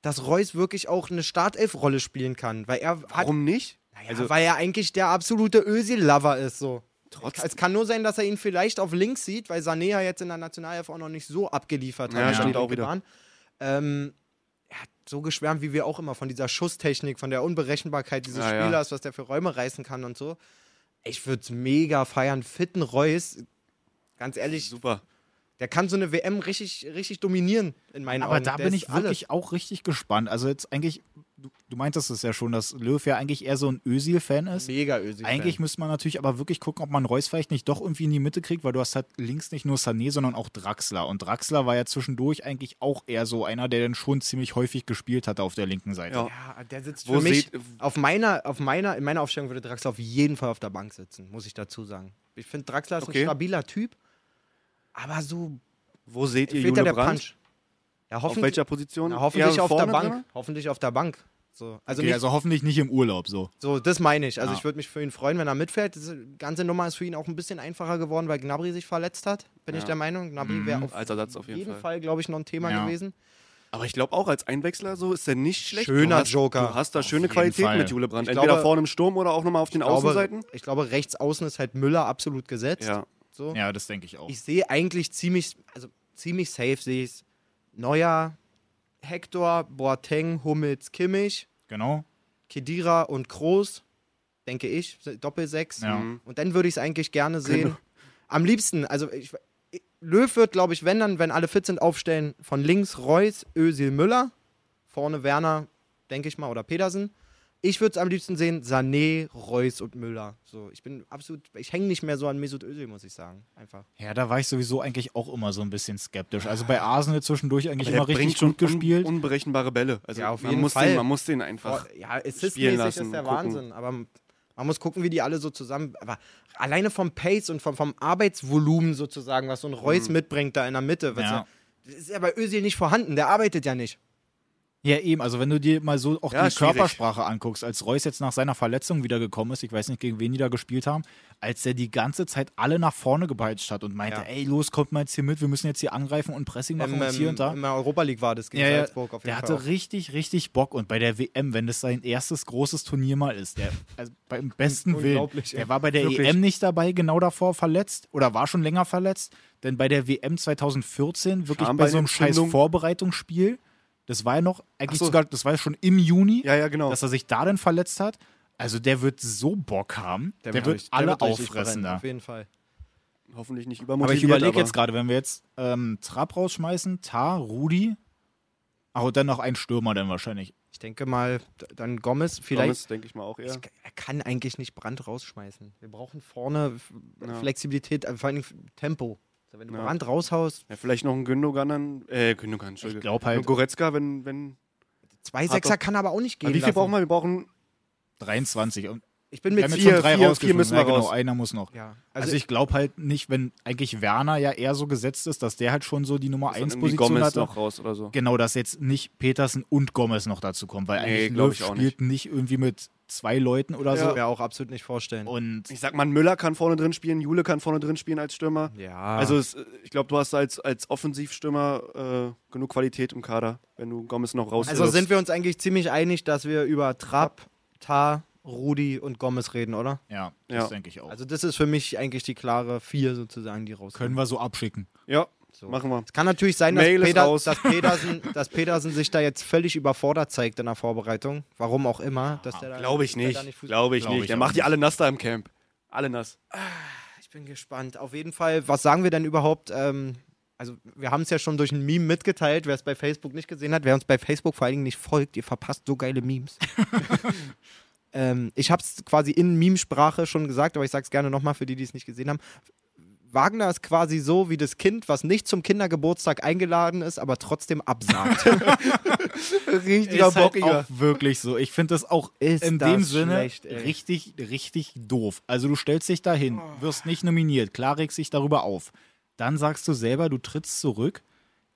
Speaker 3: dass Reus wirklich auch eine Startelf-Rolle spielen kann. Weil er hat
Speaker 4: Warum nicht?
Speaker 3: Naja, weil er eigentlich der absolute Özil-Lover ist, so. Es kann nur sein, dass er ihn vielleicht auf links sieht, weil Sané ja jetzt in der Nationalelf auch noch nicht so abgeliefert hat.
Speaker 4: Ja,
Speaker 3: wie
Speaker 4: stimmt
Speaker 3: wir
Speaker 4: auch wieder.
Speaker 3: waren. Ähm, er hat so geschwärmt, wie wir auch immer, von dieser Schusstechnik, von der Unberechenbarkeit dieses
Speaker 4: Ja, ja.
Speaker 3: Spielers, was der für Räume reißen kann und so. Ich würde es mega feiern. Fitten Reus, ganz ehrlich,
Speaker 4: Super.
Speaker 3: der kann so eine WM richtig, richtig dominieren, in meinen
Speaker 2: Aber
Speaker 3: Augen.
Speaker 2: da
Speaker 3: Der
Speaker 2: bin
Speaker 3: ist
Speaker 2: ich wirklich auch richtig gespannt. Also jetzt eigentlich, du, du meintest es ja schon, dass Löw ja eigentlich eher so ein Özil-Fan
Speaker 3: alles.
Speaker 2: ist.
Speaker 3: mega Özil.
Speaker 2: Eigentlich müsste man natürlich aber wirklich gucken, ob man Reus vielleicht nicht doch irgendwie in die Mitte kriegt, weil du hast halt links nicht nur Sané, sondern auch Draxler. Und Draxler war ja zwischendurch eigentlich auch eher so einer, der dann schon ziemlich häufig gespielt hatte auf der linken Seite.
Speaker 4: Ja. also
Speaker 3: Ja, der sitzt
Speaker 4: Wo
Speaker 3: für mich
Speaker 4: seht-
Speaker 3: auf meiner, auf meiner, in meiner Aufstellung würde Draxler auf jeden Fall auf der Bank sitzen, muss ich dazu sagen. Ich finde Draxler ist
Speaker 4: Okay.
Speaker 3: ein stabiler Typ, aber so
Speaker 4: Wo seht ihr
Speaker 3: fehlt ja
Speaker 4: Jule
Speaker 3: der
Speaker 4: Brandt?
Speaker 3: Punch. Ja,
Speaker 4: Auf
Speaker 3: hoffentlich,
Speaker 4: welcher Position?
Speaker 3: ja, hoffentlich
Speaker 4: Eher
Speaker 3: auf der
Speaker 4: vorne
Speaker 3: Bank.
Speaker 4: drin?
Speaker 3: Hoffentlich auf der Bank. So, also,
Speaker 2: Also, okay,
Speaker 3: nicht,
Speaker 2: also hoffentlich nicht im Urlaub so.
Speaker 3: so, das meine ich. Also
Speaker 4: Ah.
Speaker 2: Ja.
Speaker 3: ich würde mich für ihn freuen, wenn er mitfällt. Diese ganze Nummer ist für ihn auch ein bisschen einfacher geworden, weil Gnabry sich verletzt hat. Bin ich der Meinung. Gnabry wäre auf
Speaker 4: Mhm, Als Ersatz auf jeden,
Speaker 3: jeden
Speaker 4: Fall.
Speaker 3: Fall, glaube ich, noch ein Thema
Speaker 2: Ja.
Speaker 3: gewesen.
Speaker 4: Aber ich glaube auch als Einwechsler so ist er nicht schlecht.
Speaker 3: Schöner
Speaker 4: du hast,
Speaker 3: Joker.
Speaker 4: Du hast da schöne
Speaker 2: jeden
Speaker 4: Qualität
Speaker 2: Fall.
Speaker 4: mit Jule Brandt.
Speaker 3: Ich
Speaker 4: Entweder
Speaker 3: glaube-
Speaker 4: vorne im Sturm oder auch nochmal auf den
Speaker 3: Ich glaube-
Speaker 4: Außenseiten.
Speaker 3: Ich glaube, rechts außen ist halt Müller absolut gesetzt.
Speaker 4: Ja.
Speaker 3: So.
Speaker 2: Ja, das denke ich auch.
Speaker 3: ich sehe eigentlich ziemlich, also ziemlich safe sehe ich es. Neuer, Hector, Boateng, Hummels, Kimmich,
Speaker 2: Genau.
Speaker 3: Kedira und Kroos, denke ich, Doppelsechs.
Speaker 2: Ja.
Speaker 3: Und dann würde ich es eigentlich gerne sehen. Am liebsten, also ich, Löw wird, glaube ich, wenn dann, wenn alle fit sind, aufstellen von links Reus, Özil, Müller, vorne Werner, denke ich mal, oder Pedersen. Ich würde es am liebsten sehen, Sané, Reus und Müller. So, ich bin absolut, ich hänge nicht mehr so an Mesut Özil, muss ich sagen. Einfach.
Speaker 2: Ja, da war ich sowieso eigentlich auch immer so ein bisschen skeptisch. Also bei Arsenal zwischendurch eigentlich
Speaker 4: Der
Speaker 2: immer richtig
Speaker 4: Ah. bringt schon
Speaker 2: gut gespielt.
Speaker 4: Un unberechenbare Bälle. Also
Speaker 3: Ja, auf
Speaker 4: man
Speaker 3: jeden
Speaker 4: muss
Speaker 3: Fall.
Speaker 4: Den, man muss den einfach.
Speaker 3: Boah, ja,
Speaker 4: spielen
Speaker 3: assistmäßig
Speaker 4: lassen
Speaker 3: ist der
Speaker 4: und gucken.
Speaker 3: Wahnsinn, aber m- man muss gucken, wie die alle so zusammen. Aber alleine vom Pace und vom, vom Arbeitsvolumen sozusagen, was so ein Reus mitbringt da in der Mitte. weißt
Speaker 2: Mhm. Ja.
Speaker 3: du, Das ist ja bei Özil nicht vorhanden, der arbeitet ja nicht.
Speaker 2: Ja, eben. Also, wenn du dir mal so auch
Speaker 4: Ja,
Speaker 2: die
Speaker 4: schwierig.
Speaker 2: Körpersprache anguckst, als Reus jetzt nach seiner Verletzung wiedergekommen ist, ich weiß nicht, gegen wen die da gespielt haben, als er die ganze Zeit alle nach vorne gepeitscht hat und meinte:
Speaker 3: Ja.
Speaker 2: Ey, los, kommt mal jetzt hier mit, wir müssen jetzt hier angreifen und Pressing machen
Speaker 3: Im,
Speaker 2: und hier
Speaker 3: ähm,
Speaker 2: und da.
Speaker 3: in der Europa League war das gegen
Speaker 2: Ja, ja,
Speaker 3: Salzburg auf jeden
Speaker 2: der
Speaker 3: Fall.
Speaker 2: hatte richtig, richtig Bock. Und bei der WM, wenn das sein erstes großes Turnier mal ist, der, also beim besten Willen,
Speaker 3: Unglaublich,
Speaker 2: der
Speaker 3: ey.
Speaker 2: war bei der
Speaker 4: Wirklich.
Speaker 2: EM nicht dabei, genau davor verletzt oder war schon länger verletzt. Denn bei der WM 2014, wirklich bei so einem scheiß
Speaker 4: Schambeinentzündung.
Speaker 2: Vorbereitungsspiel, das war ja noch, eigentlich
Speaker 4: so.
Speaker 2: sogar, das war ja schon im Juni,
Speaker 4: Ja, ja, genau.
Speaker 2: dass er sich da dann verletzt hat. Also der wird so Bock haben, der, wird,
Speaker 3: richtig-
Speaker 2: alle
Speaker 3: richtig
Speaker 2: aufressen
Speaker 3: brennen,
Speaker 2: da.
Speaker 3: Auf jeden Fall.
Speaker 4: Hoffentlich nicht
Speaker 2: Aber ich
Speaker 4: übermotiviert.
Speaker 2: überlege jetzt gerade, wenn wir jetzt ähm, Trab rausschmeißen, Tar, Rudi, ach, und dann noch ein Stürmer dann wahrscheinlich.
Speaker 3: Ich denke mal, d- dann Gomez, vielleicht.
Speaker 4: Thomas, denke ich mal auch eher.
Speaker 3: Ich- Er kann eigentlich nicht Brand rausschmeißen. Wir brauchen vorne F- Flexibilität, äh, vor allem Tempo. Also wenn du
Speaker 4: Ja.
Speaker 3: Brand raushaust,
Speaker 4: Ja, vielleicht noch einen Gündogan dann. Äh, Gündogan, Entschuldige.
Speaker 2: Ich glaub halt-
Speaker 4: Und Goretzka, wenn. wenn
Speaker 3: zwei Sechser kann er aber auch nicht gehen.
Speaker 4: aber wie viel
Speaker 3: lassen.
Speaker 4: brauchen wir? Wir brauchen.
Speaker 2: 23. Und
Speaker 3: Ich bin
Speaker 2: wir
Speaker 3: mit
Speaker 2: haben jetzt
Speaker 4: vier,
Speaker 2: schon drei
Speaker 4: vier,
Speaker 2: rausgeschmissen.
Speaker 4: vier müssen wir
Speaker 2: ja, genau,
Speaker 4: raus.
Speaker 2: einer muss noch.
Speaker 3: Ja,
Speaker 2: Also, ich glaube halt nicht, wenn eigentlich Werner ja eher so gesetzt ist, dass der halt schon so die Nummer
Speaker 4: dann
Speaker 2: 1
Speaker 4: irgendwie
Speaker 2: Position
Speaker 4: Gomez
Speaker 2: hatte.
Speaker 4: noch raus oder so.
Speaker 2: Genau, dass jetzt nicht Petersen und Gomez noch dazu kommen, weil
Speaker 4: Nee,
Speaker 2: eigentlich
Speaker 4: glaub
Speaker 2: Löw
Speaker 4: ich auch
Speaker 2: spielt nicht. irgendwie mit zwei Leuten oder
Speaker 3: kann
Speaker 2: so.
Speaker 3: mir auch absolut nicht vorstellen.
Speaker 2: Und
Speaker 4: Ich sag mal, Müller kann vorne drin spielen, Jule kann vorne drin spielen als Stürmer.
Speaker 3: ja,
Speaker 4: Also es, ich glaube, du hast als, als Offensivstürmer äh, genug Qualität im Kader, wenn du Gomez noch raus
Speaker 3: also sind wir uns eigentlich ziemlich einig, dass wir über Trapp, Tar, Rudi und Gomez reden, oder?
Speaker 2: ja, das
Speaker 4: Ja.
Speaker 2: denke ich auch.
Speaker 3: Also das ist für mich eigentlich die klare Vier sozusagen, die raus.
Speaker 2: Können wir so abschicken.
Speaker 4: Ja,
Speaker 3: So.
Speaker 4: machen wir.
Speaker 3: Es kann natürlich sein, dass,
Speaker 4: Mail ist
Speaker 3: Peter,
Speaker 4: raus.
Speaker 3: dass, Petersen, dass Petersen sich da jetzt völlig überfordert zeigt in der Vorbereitung. Warum auch immer. Dass der da-
Speaker 4: Glaube ich
Speaker 3: dass der
Speaker 4: nicht.
Speaker 3: da nicht Fußball-
Speaker 4: Glaube ich
Speaker 2: Glaub ich
Speaker 4: nicht. Der
Speaker 2: auch
Speaker 4: macht die alle nass da im Camp. Alle nass.
Speaker 3: Ich bin gespannt. Auf jeden Fall, was sagen wir denn überhaupt? Ähm, also, wir haben es ja schon durch ein Meme mitgeteilt. Wer es bei Facebook nicht gesehen hat, wer uns bei Facebook vor allen Dingen nicht folgt, ihr verpasst so geile Memes. ähm, ich habe es quasi in Memesprache schon gesagt, aber ich sage es gerne nochmal für die, die es nicht gesehen haben. Wagner ist quasi so wie das Kind, was nicht zum Kindergeburtstag eingeladen ist, aber trotzdem absagt. Richtiger
Speaker 2: ist halt auch wirklich so. Ich finde das auch
Speaker 3: Ist
Speaker 2: in
Speaker 3: das
Speaker 2: dem Sinne
Speaker 3: schlecht, ey. Oh.
Speaker 2: richtig, richtig doof. Also du stellst dich dahin, wirst nicht nominiert, klar regst dich darüber auf. Dann sagst du selber, du trittst zurück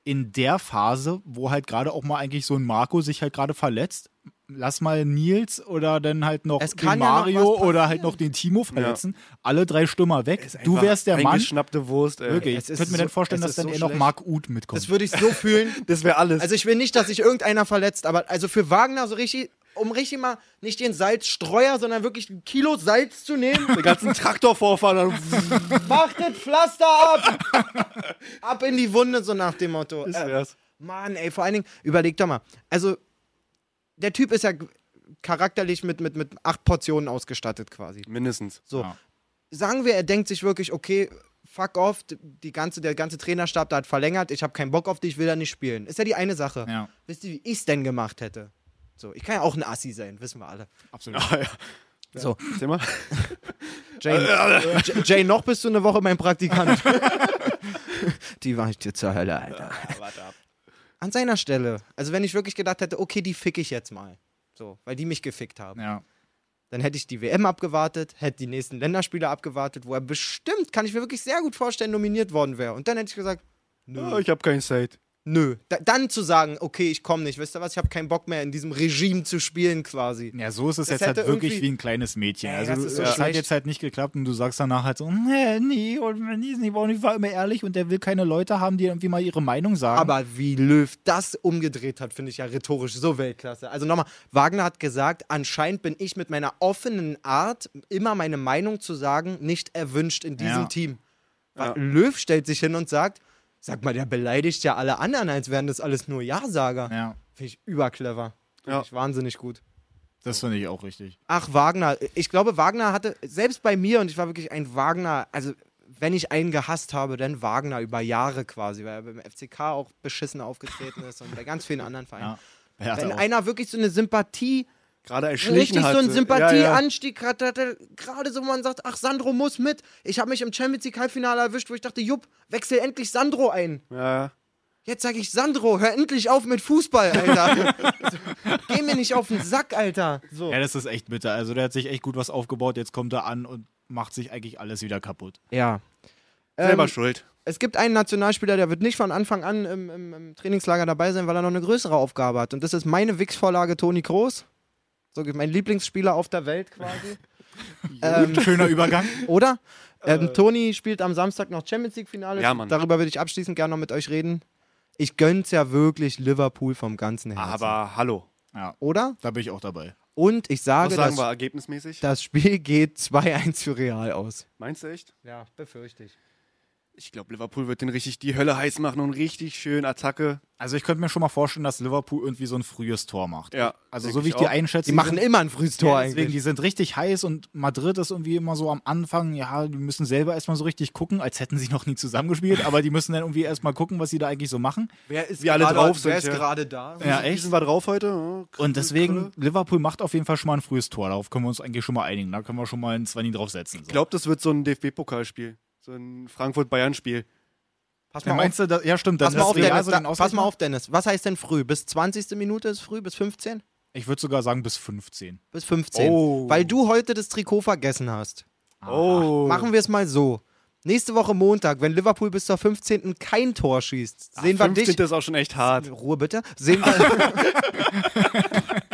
Speaker 2: in der Phase, wo halt gerade auch mal eigentlich so ein Marco sich halt gerade verletzt. Lass mal Nils oder dann halt noch
Speaker 3: Es
Speaker 2: den
Speaker 3: kann ja noch was
Speaker 2: Mario oder
Speaker 3: passieren.
Speaker 2: halt noch den Timo verletzen. Alle drei Stürmer weg. Du wärst der Mann.
Speaker 4: Eingeschnappte Wurst, ey.
Speaker 2: Wirklich,
Speaker 3: Es
Speaker 2: ich
Speaker 3: ist
Speaker 2: könnte mir
Speaker 3: so-
Speaker 2: dann vorstellen,
Speaker 3: es
Speaker 2: dass
Speaker 3: ist
Speaker 2: dann
Speaker 3: so
Speaker 2: eher noch
Speaker 3: schlecht.
Speaker 2: Marc Uth mitkommt.
Speaker 3: Das würde ich so fühlen,
Speaker 4: Das wäre alles.
Speaker 3: Also ich will nicht, dass sich irgendeiner verletzt, aber also für Wagner so richtig, um richtig mal nicht den Salzstreuer, sondern wirklich ein Kilo Salz zu nehmen,
Speaker 4: den ganzen Traktor vorfahren. dann-
Speaker 3: macht das Pflaster ab! ab in die Wunde, so nach dem Motto.
Speaker 4: Das
Speaker 3: Äh,
Speaker 4: wär's.
Speaker 3: Mann, ey, vor allen Dingen, überleg doch mal. Also, der Typ ist ja g- charakterlich mit, mit, mit acht Portionen ausgestattet quasi.
Speaker 4: Mindestens.
Speaker 3: So.
Speaker 2: Ja.
Speaker 3: Sagen wir, er denkt sich wirklich, okay, fuck off, d- die ganze, der ganze Trainerstab da hat verlängert, ich habe keinen Bock auf dich, will da nicht spielen. Ist ja die eine Sache.
Speaker 2: Ja.
Speaker 3: Wisst ihr, wie ich es denn gemacht hätte? So, ich kann ja auch ein Assi sein, wissen wir alle.
Speaker 2: Absolut.
Speaker 3: So,
Speaker 4: Thema?
Speaker 3: Jane, J- Jane, noch bist du eine Woche mein Praktikant. die war ich dir zur Hölle, Alter. An seiner Stelle, also wenn ich wirklich gedacht hätte, okay, die fick ich jetzt mal. So, weil die mich gefickt haben.
Speaker 2: Ja.
Speaker 3: Dann hätte ich die WM abgewartet, hätte die nächsten Länderspiele abgewartet, wo er bestimmt, kann ich mir wirklich sehr gut vorstellen, nominiert worden wäre. Und dann hätte ich gesagt,
Speaker 4: Oh, ich habe keine Zeit.
Speaker 3: nö. Da, dann zu sagen, okay, ich komme nicht, wisst ihr was, ich habe keinen Bock mehr in diesem Regime zu spielen quasi.
Speaker 2: Ja, so ist es
Speaker 3: Das
Speaker 2: jetzt halt
Speaker 3: hätte
Speaker 2: wirklich
Speaker 3: irgendwie-
Speaker 2: wie ein kleines Mädchen.
Speaker 3: Ey,
Speaker 2: also
Speaker 3: das ist so
Speaker 2: es hat
Speaker 3: schlecht.
Speaker 2: jetzt halt nicht geklappt und du sagst danach halt so, nee, nee, und nee, nee, und ich war immer ehrlich und der will keine Leute haben, die irgendwie mal ihre Meinung sagen.
Speaker 3: Aber wie Löw das umgedreht hat, finde ich ja rhetorisch so Weltklasse. Also nochmal, Wagner hat gesagt, anscheinend bin ich mit meiner offenen Art, immer meine Meinung zu sagen, nicht erwünscht in diesem
Speaker 2: Ja.
Speaker 3: Team. Wa- Löw stellt sich hin und sagt, sag mal, der beleidigt ja alle anderen, als wären das alles nur Ja-Sager.
Speaker 2: ja,
Speaker 3: Finde ich überclever. Finde
Speaker 4: Ja.
Speaker 3: ich wahnsinnig gut.
Speaker 2: das finde ich auch richtig.
Speaker 3: Ach, Wagner. Ich glaube, Wagner hatte, selbst bei mir, und ich war wirklich ein Wagner, also wenn ich einen gehasst habe, dann Wagner über Jahre quasi, weil er beim FCK auch beschissen aufgetreten ist und bei ganz vielen anderen Vereinen.
Speaker 2: Ja,
Speaker 3: Wenn
Speaker 2: auch.
Speaker 3: einer wirklich so eine Sympathie
Speaker 4: gerade erschlichen
Speaker 3: richtig
Speaker 4: hatte.
Speaker 3: so ein
Speaker 4: Ja, ja.
Speaker 3: Sympathieanstieg hat, hat er gerade so, wo man sagt, ach, Sandro muss mit. Ich habe mich im Champions League Halbfinale erwischt, wo ich dachte, jupp, wechsel endlich Sandro ein.
Speaker 4: Ja,
Speaker 3: Jetzt sage ich, Sandro, hör endlich auf mit Fußball, Alter. so, geh mir nicht auf den Sack, Alter. So.
Speaker 2: Ja, das ist echt bitter. Also der hat sich echt gut was aufgebaut, jetzt kommt er an und macht sich eigentlich alles wieder kaputt.
Speaker 3: Ja.
Speaker 4: selber
Speaker 3: Ähm,
Speaker 4: schuld.
Speaker 3: es gibt einen Nationalspieler, der wird nicht von Anfang an im, im, im Trainingslager dabei sein, weil er noch eine größere Aufgabe hat. Und das ist meine Wix-Vorlage Toni Kroos. So mein Lieblingsspieler auf der Welt quasi. ähm,
Speaker 2: Schöner Übergang.
Speaker 3: oder? Ähm, Toni spielt am Samstag noch Champions League-Finale.
Speaker 4: Ja, Mann.
Speaker 3: Darüber würde ich abschließend gerne noch mit euch reden. Ich gönn's ja wirklich Liverpool vom ganzen Herzen.
Speaker 4: Aber hallo.
Speaker 3: oder?
Speaker 2: Da bin ich auch dabei.
Speaker 3: Und ich
Speaker 4: Was
Speaker 3: sage,
Speaker 4: sagen wir
Speaker 3: das,
Speaker 4: ergebnismäßig?
Speaker 3: das Spiel geht 2-1 für Real aus.
Speaker 4: Meinst du echt?
Speaker 3: Ja, befürchte ich.
Speaker 4: Ich glaube, Liverpool wird den richtig die Hölle heiß machen und richtig schön Attacke.
Speaker 2: Also ich könnte mir schon mal vorstellen, dass Liverpool irgendwie so ein frühes Tor macht.
Speaker 4: Ja,
Speaker 2: Also
Speaker 4: denk
Speaker 2: so wie ich
Speaker 4: ich
Speaker 2: die
Speaker 4: auch.
Speaker 2: einschätze.
Speaker 3: Die machen immer ein frühes Tor
Speaker 2: Ja, deswegen,
Speaker 3: eigentlich.
Speaker 2: die sind richtig heiß und Madrid ist irgendwie immer so am Anfang, ja, die müssen selber erstmal so richtig gucken, als hätten sie noch nie zusammengespielt, aber die müssen dann irgendwie erstmal gucken, was sie da eigentlich so machen.
Speaker 3: Wer ist
Speaker 4: Wie alle
Speaker 3: gerade-
Speaker 4: drauf sind,
Speaker 3: Wer ist
Speaker 4: ja.
Speaker 3: gerade da?
Speaker 2: Ja,
Speaker 4: Diesen war drauf heute. Oh, ja, Krülle,
Speaker 2: Und deswegen,
Speaker 4: Krülle.
Speaker 2: Liverpool macht auf jeden Fall schon mal ein frühes Tor. Darauf können wir uns eigentlich schon mal einigen. Da können wir schon mal einen Zwanni draufsetzen. So.
Speaker 4: Ich glaube, das wird so ein DFB-Pokalspiel. So ein Frankfurt-Bayern-Spiel.
Speaker 3: Pass
Speaker 2: ja,
Speaker 3: mal auf,
Speaker 2: meinst du, da, ja stimmt, dann
Speaker 3: pass mal
Speaker 2: lässt
Speaker 3: auf,
Speaker 2: Real
Speaker 3: Dennis.
Speaker 2: so
Speaker 3: Da,
Speaker 2: den Ausgleich
Speaker 3: pass mal auf, Dennis. Was heißt denn früh? Bis 20. Minute ist früh? Bis 15?
Speaker 2: Ich würde sogar sagen bis 15.
Speaker 3: Bis 15.
Speaker 4: Oh.
Speaker 3: Weil du heute das Trikot vergessen hast.
Speaker 2: Ah.
Speaker 4: Oh.
Speaker 3: Machen wir es mal so. Nächste Woche Montag, wenn Liverpool bis zur 15. kein Tor schießt, sehen wir
Speaker 4: 15.
Speaker 3: dich.
Speaker 4: ist auch schon echt hart.
Speaker 3: Ruhe bitte. Sehen wir,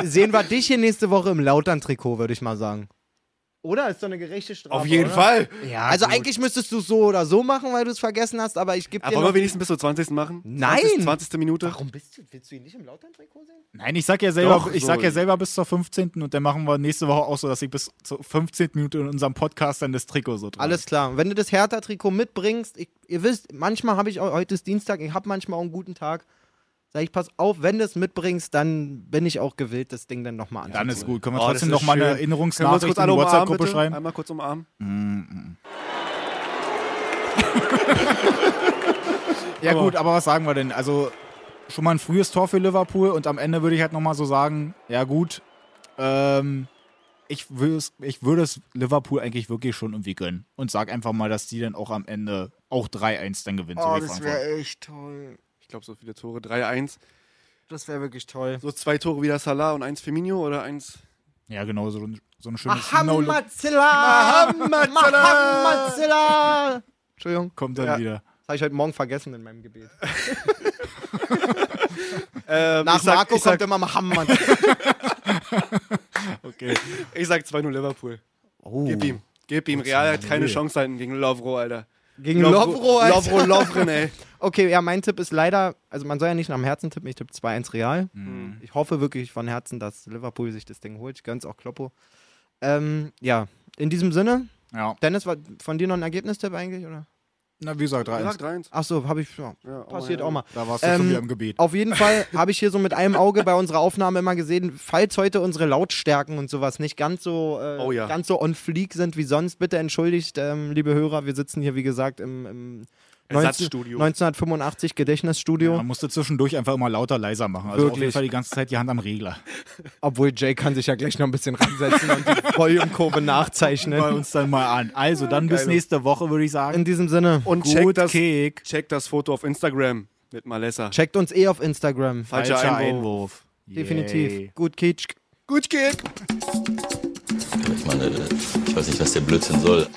Speaker 3: sehen wir dich hier nächste Woche im Lautern-Trikot, würde ich mal sagen. Oder? Ist doch eine gerechte Strafe.
Speaker 4: Auf jeden
Speaker 3: oder?
Speaker 4: Fall.
Speaker 2: Ja,
Speaker 3: Also eigentlich müsstest du es so oder so machen, weil du es vergessen hast, aber ich gebe dir
Speaker 4: Aber wollen wir
Speaker 3: noch...
Speaker 4: wenigstens bis zur 20. machen?
Speaker 3: Nein!
Speaker 4: 20. 20. Minute.
Speaker 3: Warum bist du, willst du ihn nicht im Lautern-Trikot sehen?
Speaker 2: Nein, ich sag ja selber,
Speaker 4: Doch,
Speaker 2: ich
Speaker 4: so.
Speaker 2: sag ja selber bis zur 15. und dann machen wir nächste Woche auch so, dass ich bis zur 15. Minute in unserem Podcast dann das Trikot so trage.
Speaker 3: Alles klar. Und wenn du das Hertha-Trikot mitbringst, ich, ihr wisst, manchmal habe ich, auch- heute ist Dienstag, ich habe manchmal auch einen guten Tag. Sag ich, pass auf, wenn du es mitbringst, dann bin ich auch gewillt, das Ding dann nochmal anzuziehen.
Speaker 2: Dann ist gut. Können wir
Speaker 4: Oh, das
Speaker 2: trotzdem
Speaker 4: ist
Speaker 2: nochmal eine
Speaker 4: schön. Können wir uns
Speaker 2: Erinnerungsnachricht
Speaker 4: kurz
Speaker 2: in
Speaker 4: alle
Speaker 2: die
Speaker 4: umarmen,
Speaker 2: WhatsApp-Gruppe
Speaker 4: bitte? Ähm,
Speaker 2: schreiben?
Speaker 4: Einmal kurz umarmen.
Speaker 2: Ja
Speaker 4: oh.
Speaker 2: gut, aber was sagen wir denn? Also schon mal ein frühes Tor für Liverpool und am Ende würde ich halt nochmal so sagen, ja gut, ähm, ich, würde es, ich würde es Liverpool eigentlich wirklich schon irgendwie gönnen. Und sag einfach mal, dass die dann auch am Ende auch 3-1 dann gewinnen.
Speaker 3: Oh,
Speaker 2: so wie Frankfurt.
Speaker 3: echt toll.
Speaker 4: Ich glaube, so viele Tore. 3-1.
Speaker 3: Das wäre wirklich toll.
Speaker 4: So zwei Tore wieder Salah und eins Firmino oder eins.
Speaker 2: ja genau, so ein, so ein schönes No-Look
Speaker 3: Mahamatzilla! Mahamatzilla! Entschuldigung,
Speaker 2: kommt dann
Speaker 4: Ja.
Speaker 2: wieder.
Speaker 3: das habe ich heute Morgen vergessen in meinem Gebet.
Speaker 4: Ähm,
Speaker 3: Nach
Speaker 4: ich sag,
Speaker 3: Marco
Speaker 4: ich sag,
Speaker 3: kommt immer Mohammed.
Speaker 4: Okay. Ich sag 2-0 Liverpool.
Speaker 3: Oh.
Speaker 4: Gib ihm. Gib ihm. Real hat keine Chance halten gegen Lovro, Alter.
Speaker 3: Gegen Lovro, Alter.
Speaker 4: Lovro, Lovren, ey.
Speaker 3: Okay, ja, mein Tipp ist leider, also man soll ja nicht nach dem Herzen tippen, ich tippe 2-1 Real.
Speaker 4: Mhm.
Speaker 3: Ich hoffe wirklich von Herzen, dass Liverpool sich das Ding holt. Ich gönn's auch Kloppo. Ähm, ja, in diesem Sinne,
Speaker 2: Ja,
Speaker 3: Dennis, war von dir noch ein Ergebnistipp eigentlich? Oder?
Speaker 2: na wie gesagt,
Speaker 4: Ich
Speaker 2: 3-1.
Speaker 4: sag 3-1.
Speaker 3: Achso, habe ich. Ja,
Speaker 4: Ja, oh
Speaker 3: passiert
Speaker 4: mein
Speaker 3: auch mal.
Speaker 2: Da warst du schon
Speaker 3: Ähm,
Speaker 2: wieder im Gebet.
Speaker 3: Auf jeden Fall habe ich hier so mit einem Auge bei unserer Aufnahme immer gesehen, falls heute unsere Lautstärken und sowas nicht ganz so, äh,
Speaker 4: Oh ja.
Speaker 3: ganz so on fleek sind wie sonst, bitte entschuldigt, ähm, liebe Hörer. Wir sitzen hier, wie gesagt, im, im 19,
Speaker 4: Ersatzstudio.
Speaker 3: 1985 Gedächtnisstudio.
Speaker 2: Man musste zwischendurch einfach immer lauter leiser machen. Also auf
Speaker 3: also-
Speaker 2: jeden
Speaker 3: Wirklich.
Speaker 2: Fall die ganze Zeit die Hand am Regler.
Speaker 3: Obwohl Jay kann sich ja gleich noch ein bisschen ransetzen und die Volumenkurve
Speaker 2: Bei
Speaker 3: nachzeichnen.
Speaker 2: uns dann mal an. Also dann bis nächste Woche, würde ich sagen.
Speaker 3: In diesem Sinne,
Speaker 4: Und
Speaker 2: Gut
Speaker 4: check das,
Speaker 2: Kick.
Speaker 4: check das Foto auf Instagram mit Malessa.
Speaker 3: checkt uns eh auf Instagram.
Speaker 4: Falscher Einwurf.
Speaker 3: Definitiv.
Speaker 2: Yay.
Speaker 3: Gut, Kitsch.
Speaker 4: Gut, Kick.
Speaker 8: Ich meine, ich weiß nicht, was der Blödsinn soll.